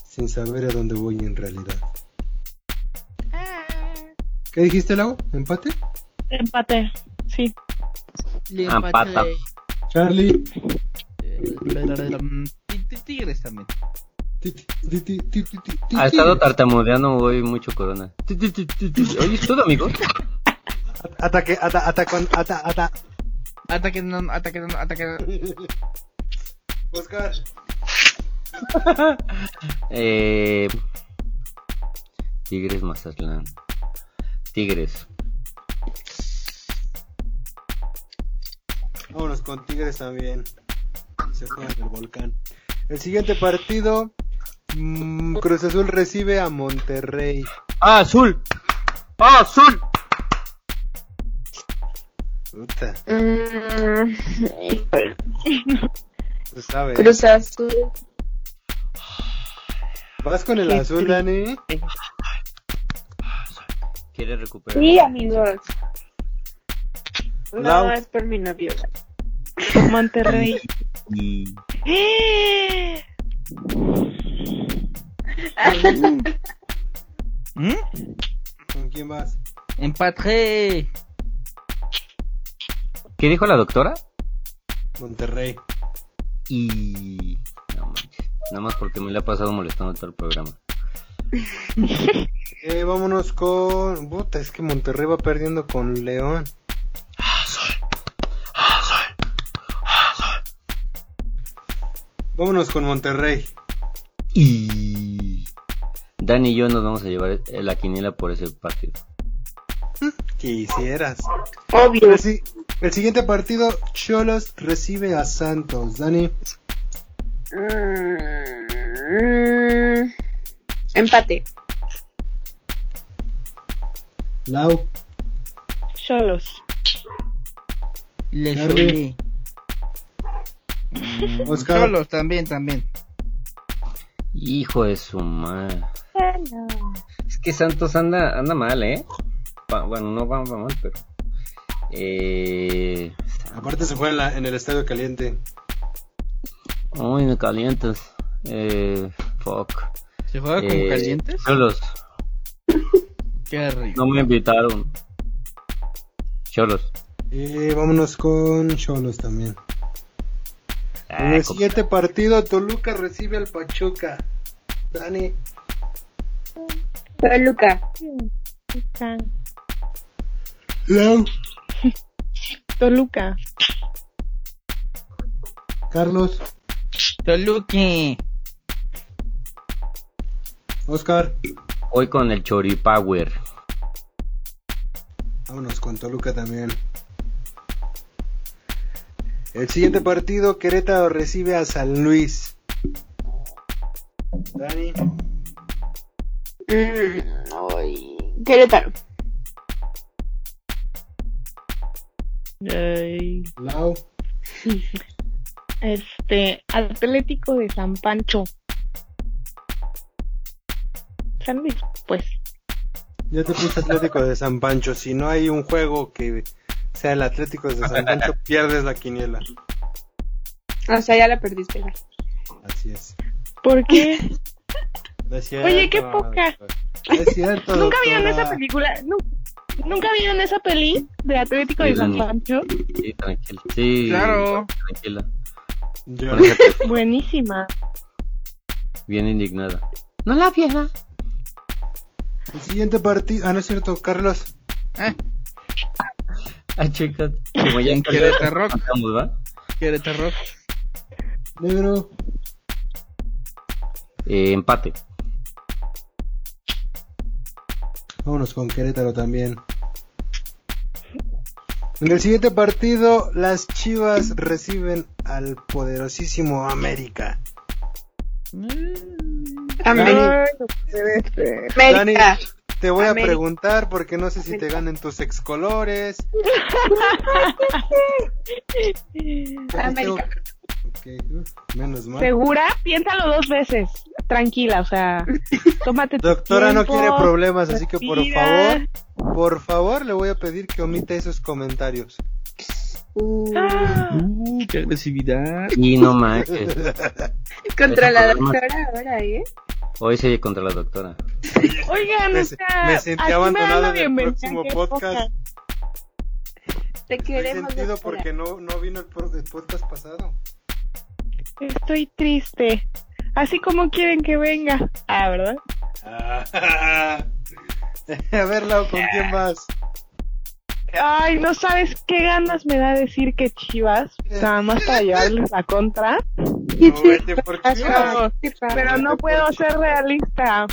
Sin saber a dónde voy en realidad. Ah. ¿Qué dijiste, Lau? ¿Empate? Empate. Sí. Empata. Charlie. Tigres también. Titi, titi, titi, titi, Ha estado Tigres. tartamudeando hoy mucho corona. Ti, ti, ti, ti, ti. Oye, ¿tú, amigo? Ataque, ata, ata, con, ata, ata. Ataque, no, ataque, no, ataque. Oscar. Eh, Tigres Mazatlán. Tigres. Vámonos con Tigres también. Se juega en el volcán. El siguiente partido. mm, Cruz Azul recibe a Monterrey. Azul. Azul. Puta, Mm, tú sabes. Cruz Azul. Vas con el azul, Dani. Quiere recuperar. Sí, amigos. No, Lau. es por mi novio. Monterrey. Y ¡Eh! ¿Mm? ¿Con quién vas? Empatré. ¿Qué dijo la doctora? Monterrey. Y. No manches. Nada más porque me la ha pasado molestando todo el programa. Eh, vámonos con. Puta, es que Monterrey va perdiendo con León. Vámonos con Monterrey. Y. Dan y yo nos vamos a llevar la quiniela por ese partido. Quisieras. Obvio. El, si- el siguiente partido, Cholos recibe a Santos. Dani, Mm, Empate. Lau, Solos. Le Claro. Cholos Mm, Oscar. Cholos también, también. Hijo de su madre. Es que Santos anda, anda mal, ¿eh? Va- bueno, no va, va mal, pero. Eh. Aparte se juega en, la- en el Estadio Caliente. Uy, me calientas. Eh. Fuck. ¿Se juega como Eh, calientes? Cholos. Qué rico. No me invitaron. Cholos. Eh, vámonos con Cholos también. En Ah, el com- siguiente partido, Toluca recibe al Pachuca. Dani, Toluca. Lau, Toluca. Carlos, Toluque. Oscar. Voy con el Chori Power. Vámonos con Toluca también. El siguiente partido, Querétaro recibe a San Luis. Dani, Mm, ay, Querétaro. Lau, Este, Atlético de San Pancho. San Luis, pues. ya te puse Atlético de San Pancho. Si no hay un juego que sea el Atlético de San Pancho, pierdes la quiniela. O sea, ya la perdiste. güey. Así es. ¿Por qué? No es Oye, qué cierto, poca. no Es cierto. ¿Nunca vieron doctora. esa película? Nu- ¿Nunca vieron esa peli de Atlético de Sí, San Dani. Pancho? Sí, tranquila. Sí, Claro. tranquila. Ya. Por ejemplo, Buenísima. Bien indignada. No la pierda. El siguiente partido. Ah, no es cierto, Carlos. Ah, Ah, chicas. Como ya En Querétaro. Estamos, ¿va? Querétaro. Negro. Eh, empate. Vámonos con Querétaro también. En el siguiente partido, las Chivas reciben al poderosísimo América. Mm. América. Ay, no puede ser. América. Te voy a América. preguntar porque no sé si te ganen tus excolores. Pues América. Ok, uf, menos mal. ¿Segura? Piénsalo dos veces. Tranquila, o sea, tómate tu Doctora no tiempo, quiere problemas, así que por respira. favor, por favor le voy a pedir que omita esos comentarios. Uh, Ah, Uh, qué agresividad. Y no eh, manches. contra Ese la programa. doctora ahora, ¿eh? Hoy se contra la doctora. Oigan, Me o se- sea, me sentí así dan abandonado la del bienvenida, próximo qué podcast. Te He queremos. sentido doctora. porque no, no vino el, pro- el podcast pasado. poca. Estoy triste. Así como quieren que venga. Ah, ¿verdad? Ah. a ver, Lau, ¿con quién vas? Ay, no sabes qué ganas me da decir que Chivas, nada más para llevarles la contra, No, vete, ¿por qué? Ajá. Sí, pa. pero no puedo ser realista.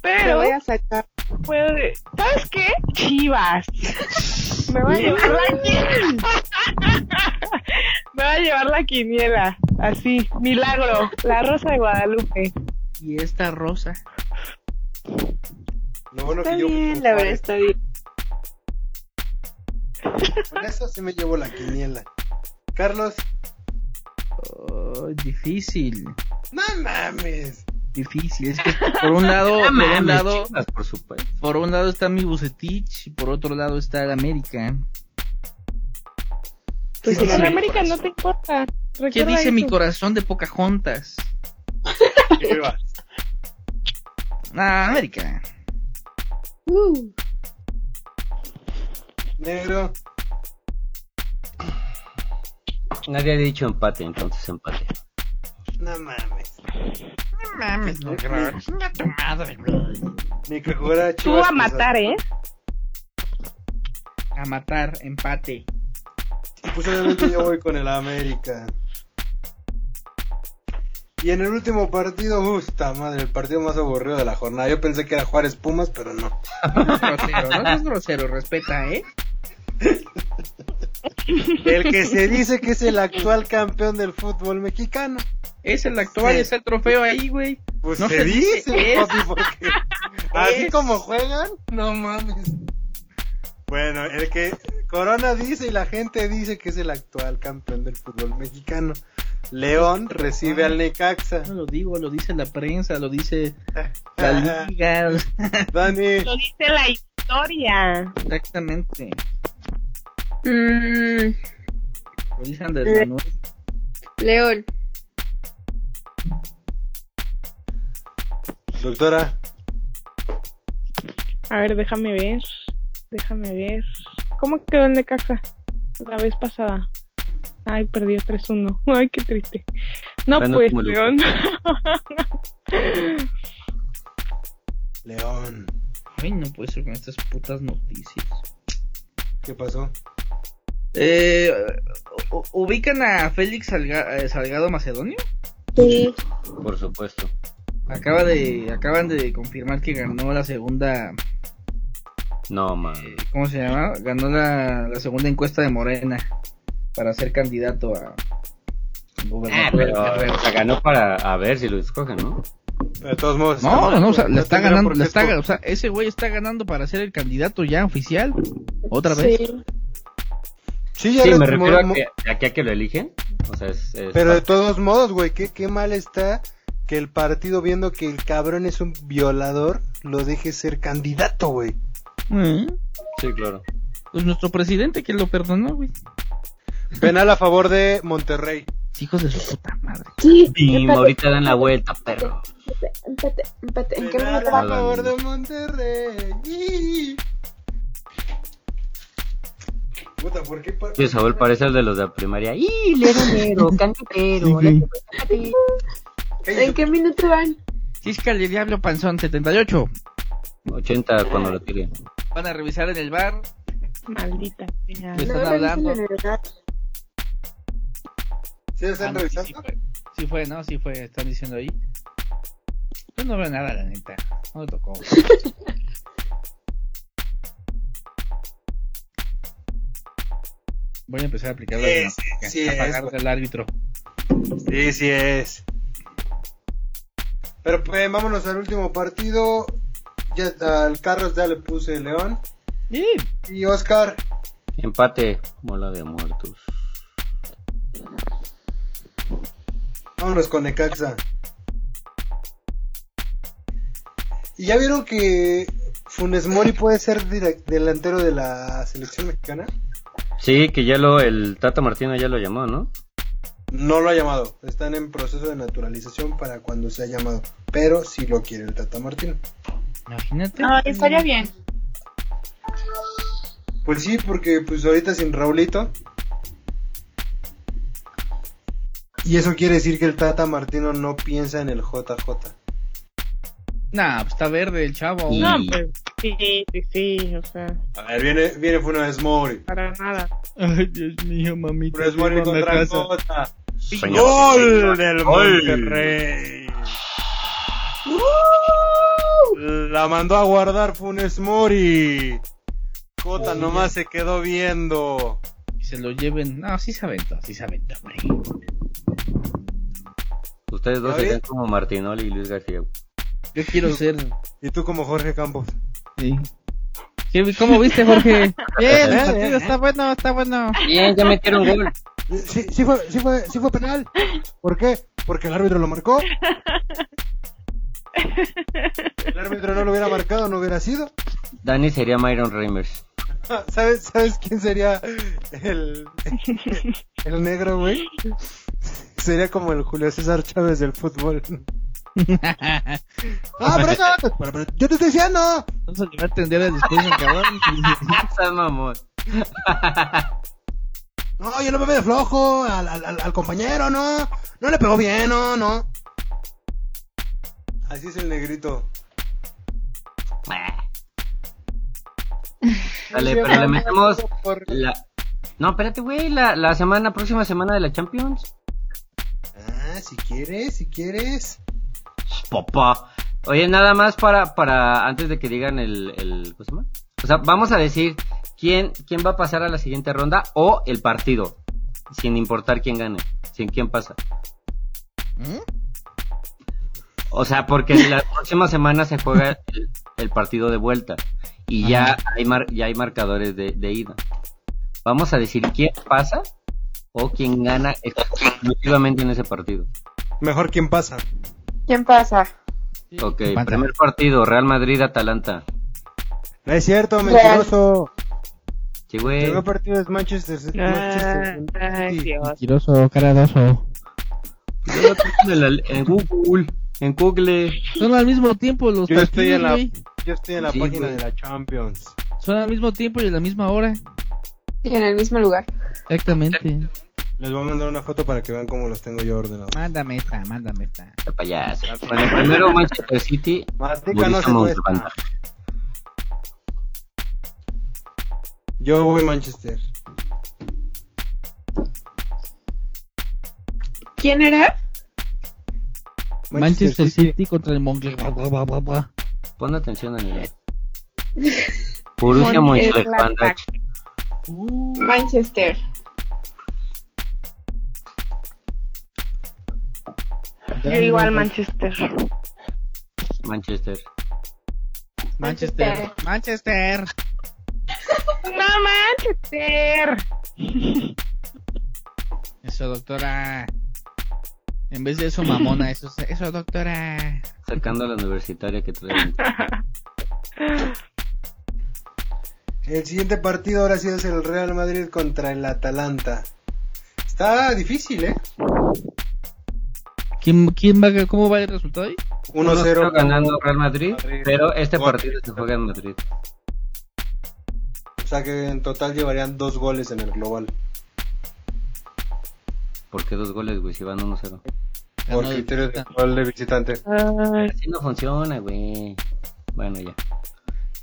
Te Pero voy a sacar. puedo, ¿sabes qué? Chivas. Me va a llevar la quiniela. Me va a llevar la quiniela, así, milagro, la rosa de Guadalupe. Y esta rosa. Lo bueno Está que yo bien, la verdad, está bien. Con eso sí me llevo la quiniela. Carlos, Oh, difícil. no mames. Difícil. Es que por un lado, por un lado, Chivas, por supuesto. por un lado está mi Bucetich y por otro lado está el América. Pues Sí, en sí. América no te importa. ¿Qué Recuerda dice mi eso. corazón de Pocahontas? Chivas. Ah, América. Uh, Negro. Nadie ha dicho empate, entonces empate. No mames. No mames, No, claro. chinga tu madre, güey. Ni que jugara Tú Chivas. a matar, ¿eh? A matar, empate. Y pues obviamente yo voy con el América. Y en el último partido, puta madre, el partido más aburrido de la jornada. Yo pensé que era Juárez Pumas, pero no. No seas grosero, no seas grosero, respeta, ¿eh? El que se dice que es el actual campeón del fútbol mexicano. Es el actual, Sí. es el trofeo ahí, güey. Pues No se se dice, dice, es. papi, porque así Es. como juegan, no mames. Bueno, el que Corona dice y la gente dice que es el actual campeón del fútbol mexicano. León recibe al Necaxa. No lo digo, lo dice la prensa, lo dice la liga. Dani, Lo dice la historia. Exactamente. mm, Lo dicen desde la nuez. León. doctora, A ver, déjame ver. Déjame ver. ¿Cómo quedó el Necaxa? La vez pasada. Ay, perdió 3-1. Ay, qué triste. No, Ganó pues, como loco. León. León. Ay, no puede ser con estas putas noticias. ¿Qué pasó? Eh, u- u- ¿Ubican a Félix Salga- eh, Salgado Macedonio? Sí. Por supuesto. Acaba de, acaban de confirmar que ganó la segunda, No, man. eh, ¿cómo se llama? Ganó la, la segunda encuesta de Morena para ser candidato Ah, a gobernador. pero o sea, ganó para a ver si lo escogen, ¿no? Pero de todos modos. No, no, no, o sea, le está tendría ganando, por le qué está, esco- o sea, ese güey está ganando para ser el candidato ya oficial, otra vez. Sí. Sí, ya Sí, le- me mo- refiero a mo- que, a que, a que lo eligen. O sea, es. es- Pero de todos modos, güey, ¿qué, qué mal está que el partido viendo que el cabrón es un violador lo deje ser candidato, güey. Mm. Sí, claro. Pues nuestro presidente que lo perdonó, güey. Penal a favor de Monterrey. Hijos de su puta madre. Sí. Y empate, ahorita dan la vuelta, perro. empate, empate. ¿En qué Penal minuto a va? favor de Monterrey. ¡Yi! Puta, ¿por qué? par- Sí, Saúl parece el de los de la primaria. ¡Y, lero, lero, cantero! ¿En qué minuto van? Ciscale Diablo Panzón 78. 80 cuando lo tiren. Van a revisar en el bar. Maldita sea. Están No hablando. revisen en el bar. ¿Sí lo Ah, están no, sí, revisando? sí fue. Sí fue, ¿no? Sí fue, están diciendo ahí. Yo no veo nada, la neta. No me tocó. Voy a empezar a aplicar la Sí, dinámica, sí, sí, apagar es- del árbitro. Sí, sí es. Pero pues vámonos al último partido. Ya al Carlos ya le puse León. Sí, Y Oscar, Empate, mola de muertos. vámonos con Necaxa. ¿Y ya vieron que Funes Mori puede ser dire- delantero de la selección mexicana? Sí, que ya lo. El Tata Martino ya lo llamó, ¿no? No lo ha llamado. Están en proceso de naturalización para cuando sea llamado. Pero si lo quiere el Tata Martino. imagínate. No, estaría bien. Pues sí, porque pues ahorita sin Raulito. Y eso quiere decir que el Tata Martino no piensa en el JJ. Nah, pues está verde el chavo. Y- No, pues, sí, sí, sí, o sea, A ver, viene, viene Funes Mori. para nada. Ay, Dios mío, mamita. Funes Mori viva la contra el casa. Jota. Señor. ¡Gol del ¡Gol! Monterrey! La mandó a guardar Funes Mori. Jota Oh, nomás se quedó viendo. Y se lo lleven. No, sí se aventó, sí se aventó, güey. Ustedes dos ¿Ya ves? serían como Martinoli y Luis García. Yo quiero ser. ¿Y tú como Jorge Campos? Sí. ¿Qué- ¿Cómo viste, Jorge? Bien, el partido está bueno, está bueno. Bien, ya metieron gol. Sí, sí, fue, sí, fue, sí fue penal. ¿Por qué? Porque el árbitro lo marcó. El árbitro no lo hubiera marcado, no hubiera sido. Dani sería Myron Reimers. ¿Sabes, ¿Sabes quién sería el, el negro, güey? Sería como el Julio César Chávez del fútbol. Ah, pero no, pero- pero yo te estoy diciendo. Vamos a llevar tendera después, el cabrón. Esa mamón. No, yo lo bebé de flojo al, al, al- al compañero, no. No le pegó bien, no, no. Así es el negrito. Dale, pero le metemos la... No, espérate, güey, la, la semana, próxima semana de la Champions. Ah, si quieres, si quieres. Papá. Oye, nada más para, para, antes de que digan el, el, ¿cómo se llama? O sea, vamos a decir quién, quién va a pasar a la siguiente ronda o el partido, sin importar quién gane, sin quién pasa. O sea, porque la próxima semana se juega el, el partido de vuelta y ya hay, mar- ya hay marcadores de, de ida. Vamos a decir quién pasa o quién gana exclusivamente en ese partido. Mejor quien pasa. ¿Quién pasa? Ok, Pasa. primer partido, Real Madrid-Atalanta. No es cierto, mentiroso. Eh. Sí, güey. partido es Manchester Ah. Ay, Dios. Mentiroso, caradoso. Yo lo puse en, la- en Google. En Google. Son al mismo tiempo los Yo estoy partidos, en la- güey. Yo estoy en la Sí, página güey. de la Champions. Son al mismo tiempo y a la misma hora. Y en el mismo lugar. Exactamente. Les voy a mandar una foto para que vean cómo los tengo yo ordenados. Mándame esta, mándame esta. Qué payaso. Bueno, primero Manchester City. Mastica no Borussia se Mönchengladbach. Yo voy Manchester. ¿Quién era? Manchester City contra el Mongle. Pon atención a nivel. Borussia Mönchengladbach. Manchester. Yo igual Manchester. Manchester. Manchester. Manchester. No Manchester. Eso, doctora. En vez de eso, mamona, eso, es- eso, doctora. Sacando a la universitaria que trae. El siguiente partido ahora sí es el Real Madrid contra el Atalanta. Está difícil, ¿eh? ¿Quién, quién va, a- ¿Cómo va el resultado ahí? 1-0 1-0 ganando Real Madrid, Madrid. pero este Gol. partido se juega en Madrid. O sea que en total llevarían dos goles en el global. ¿Por qué dos goles, güey? Si van 1-0. Por Ganó de criterio de visita. gol de visitante. Ay, Así no funciona, güey. Bueno, ya.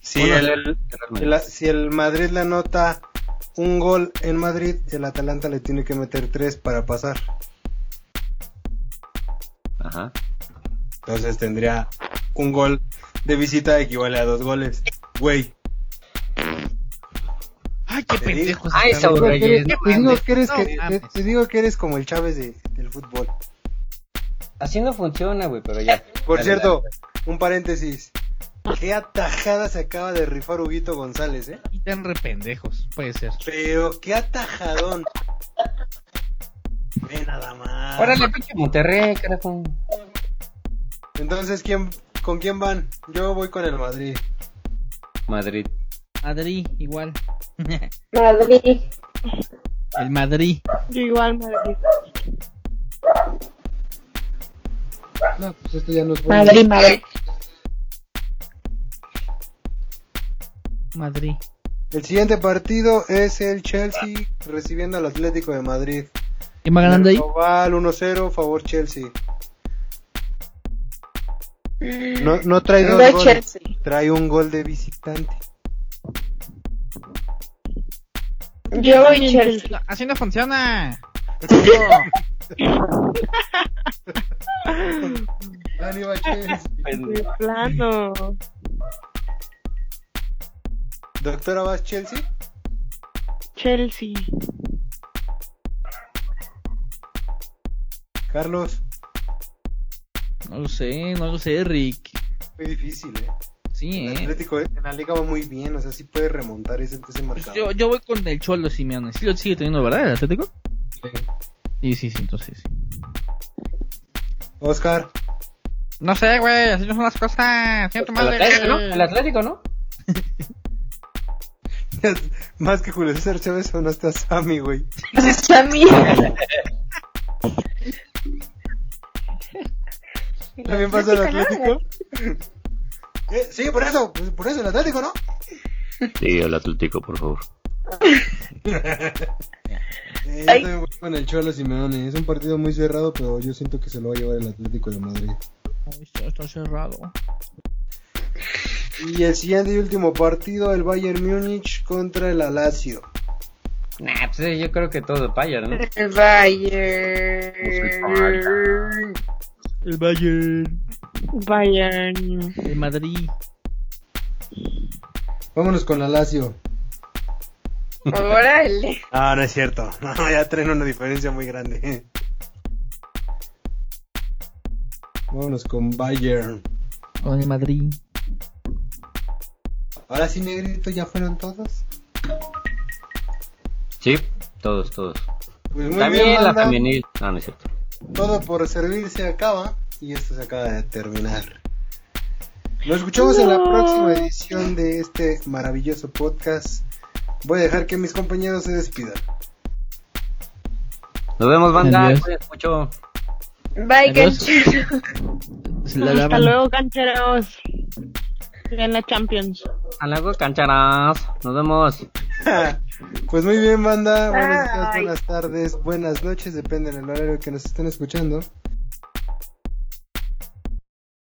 Si Uno el, cero, Real Madrid. el- si el Madrid le anota un gol en Madrid, el Atalanta le tiene que meter tres para pasar. Ajá. Entonces tendría un gol de visita equivale a dos goles. Güey, Ay, qué pendejos. Ay, están. Saúl Reyes, no Qué te digo pendejos. que eres, No que- te, mames. te digo que eres como el Chávez de- del fútbol. Así no funciona, güey, pero ya. Por Dale, cierto, un paréntesis. Qué atajada se acaba de rifar Huguito González, ¿eh? Y tan rependejos, puede ser. Pero qué atajadón. Ve nada más. dale. Órale, pinche Monterrey, carajo. Entonces, ¿quién, ¿con quién van? Yo voy con el Madrid. Madrid. Madrid, igual. Madrid. el Madrid. yo igual Madrid. No, pues esto ya no es bueno. Madrid, Madrid. Madrid. El siguiente partido es el Chelsea recibiendo al Atlético de Madrid. ¿Quién va ganando ahí? Global 1-0, favor Chelsea. No, no trae dos Mm, Voy goles, Chelsea. trae un gol de visitante. Yo voy Chelsea. Así no funciona. Dani va Chelsea. Pues, Pues, De plano. Doctora, ¿vas Chelsea? Chelsea. Carlos, No lo sé, no lo sé, Rick. muy difícil, ¿eh? Sí, El eh. Atlético en la liga va muy bien, o sea, sí puede remontar ese, ese Pues marcador. yo, yo voy con el Cholo Simeone. Sí lo sigue teniendo, ¿verdad? El Atlético. Sí, sí, sí, entonces. sí. Oscar, No sé, güey, así no son las cosas. Chinga tu El madre. pues, Atlético, ¿no? El Atlético, ¿no? más que Julio César Chávez o no está Sammy, güey. Sammy. El También pasa el ¿no? Atlético. Eh, sí, por eso, pues, por eso el Atlético, ¿no? Sí, al Atlético, por favor. Eh, Ay. yo también voy con el Cholo Simeone. Es un partido muy cerrado, pero yo siento que se lo va a llevar el Atlético de Madrid. Está, está cerrado. Y el siguiente y último partido, el Bayern Múnich contra el Alacio. Nah, pues eh, yo creo que todo es Bayern, ¿no? El Bayern. El Bayern. Bayern. El Madrid. Vámonos con la Lazio. Órale. Ah, no es cierto. No, ya traen una diferencia muy grande. Vámonos con Bayern. Con el Madrid. Ahora sí, negrito, ya fueron todos. Sí, todos, todos. Pues muy bien, También la banda. femenil. Ah, no es cierto. Todo por servir se acaba y esto se acaba de terminar. Nos escuchamos en la próxima edición de este maravilloso podcast. Voy a dejar que mis compañeros se despidan. Nos vemos, banda. Adiós. Cuídense mucho. Bye, Adiós. canchero. Se la Hasta lavan. luego, cancheros. En la Champions. A luego, cancharas. Nos vemos. Pues muy bien, banda. Buenos días, Bye. buenas tardes, buenas noches, depende del horario que nos estén escuchando.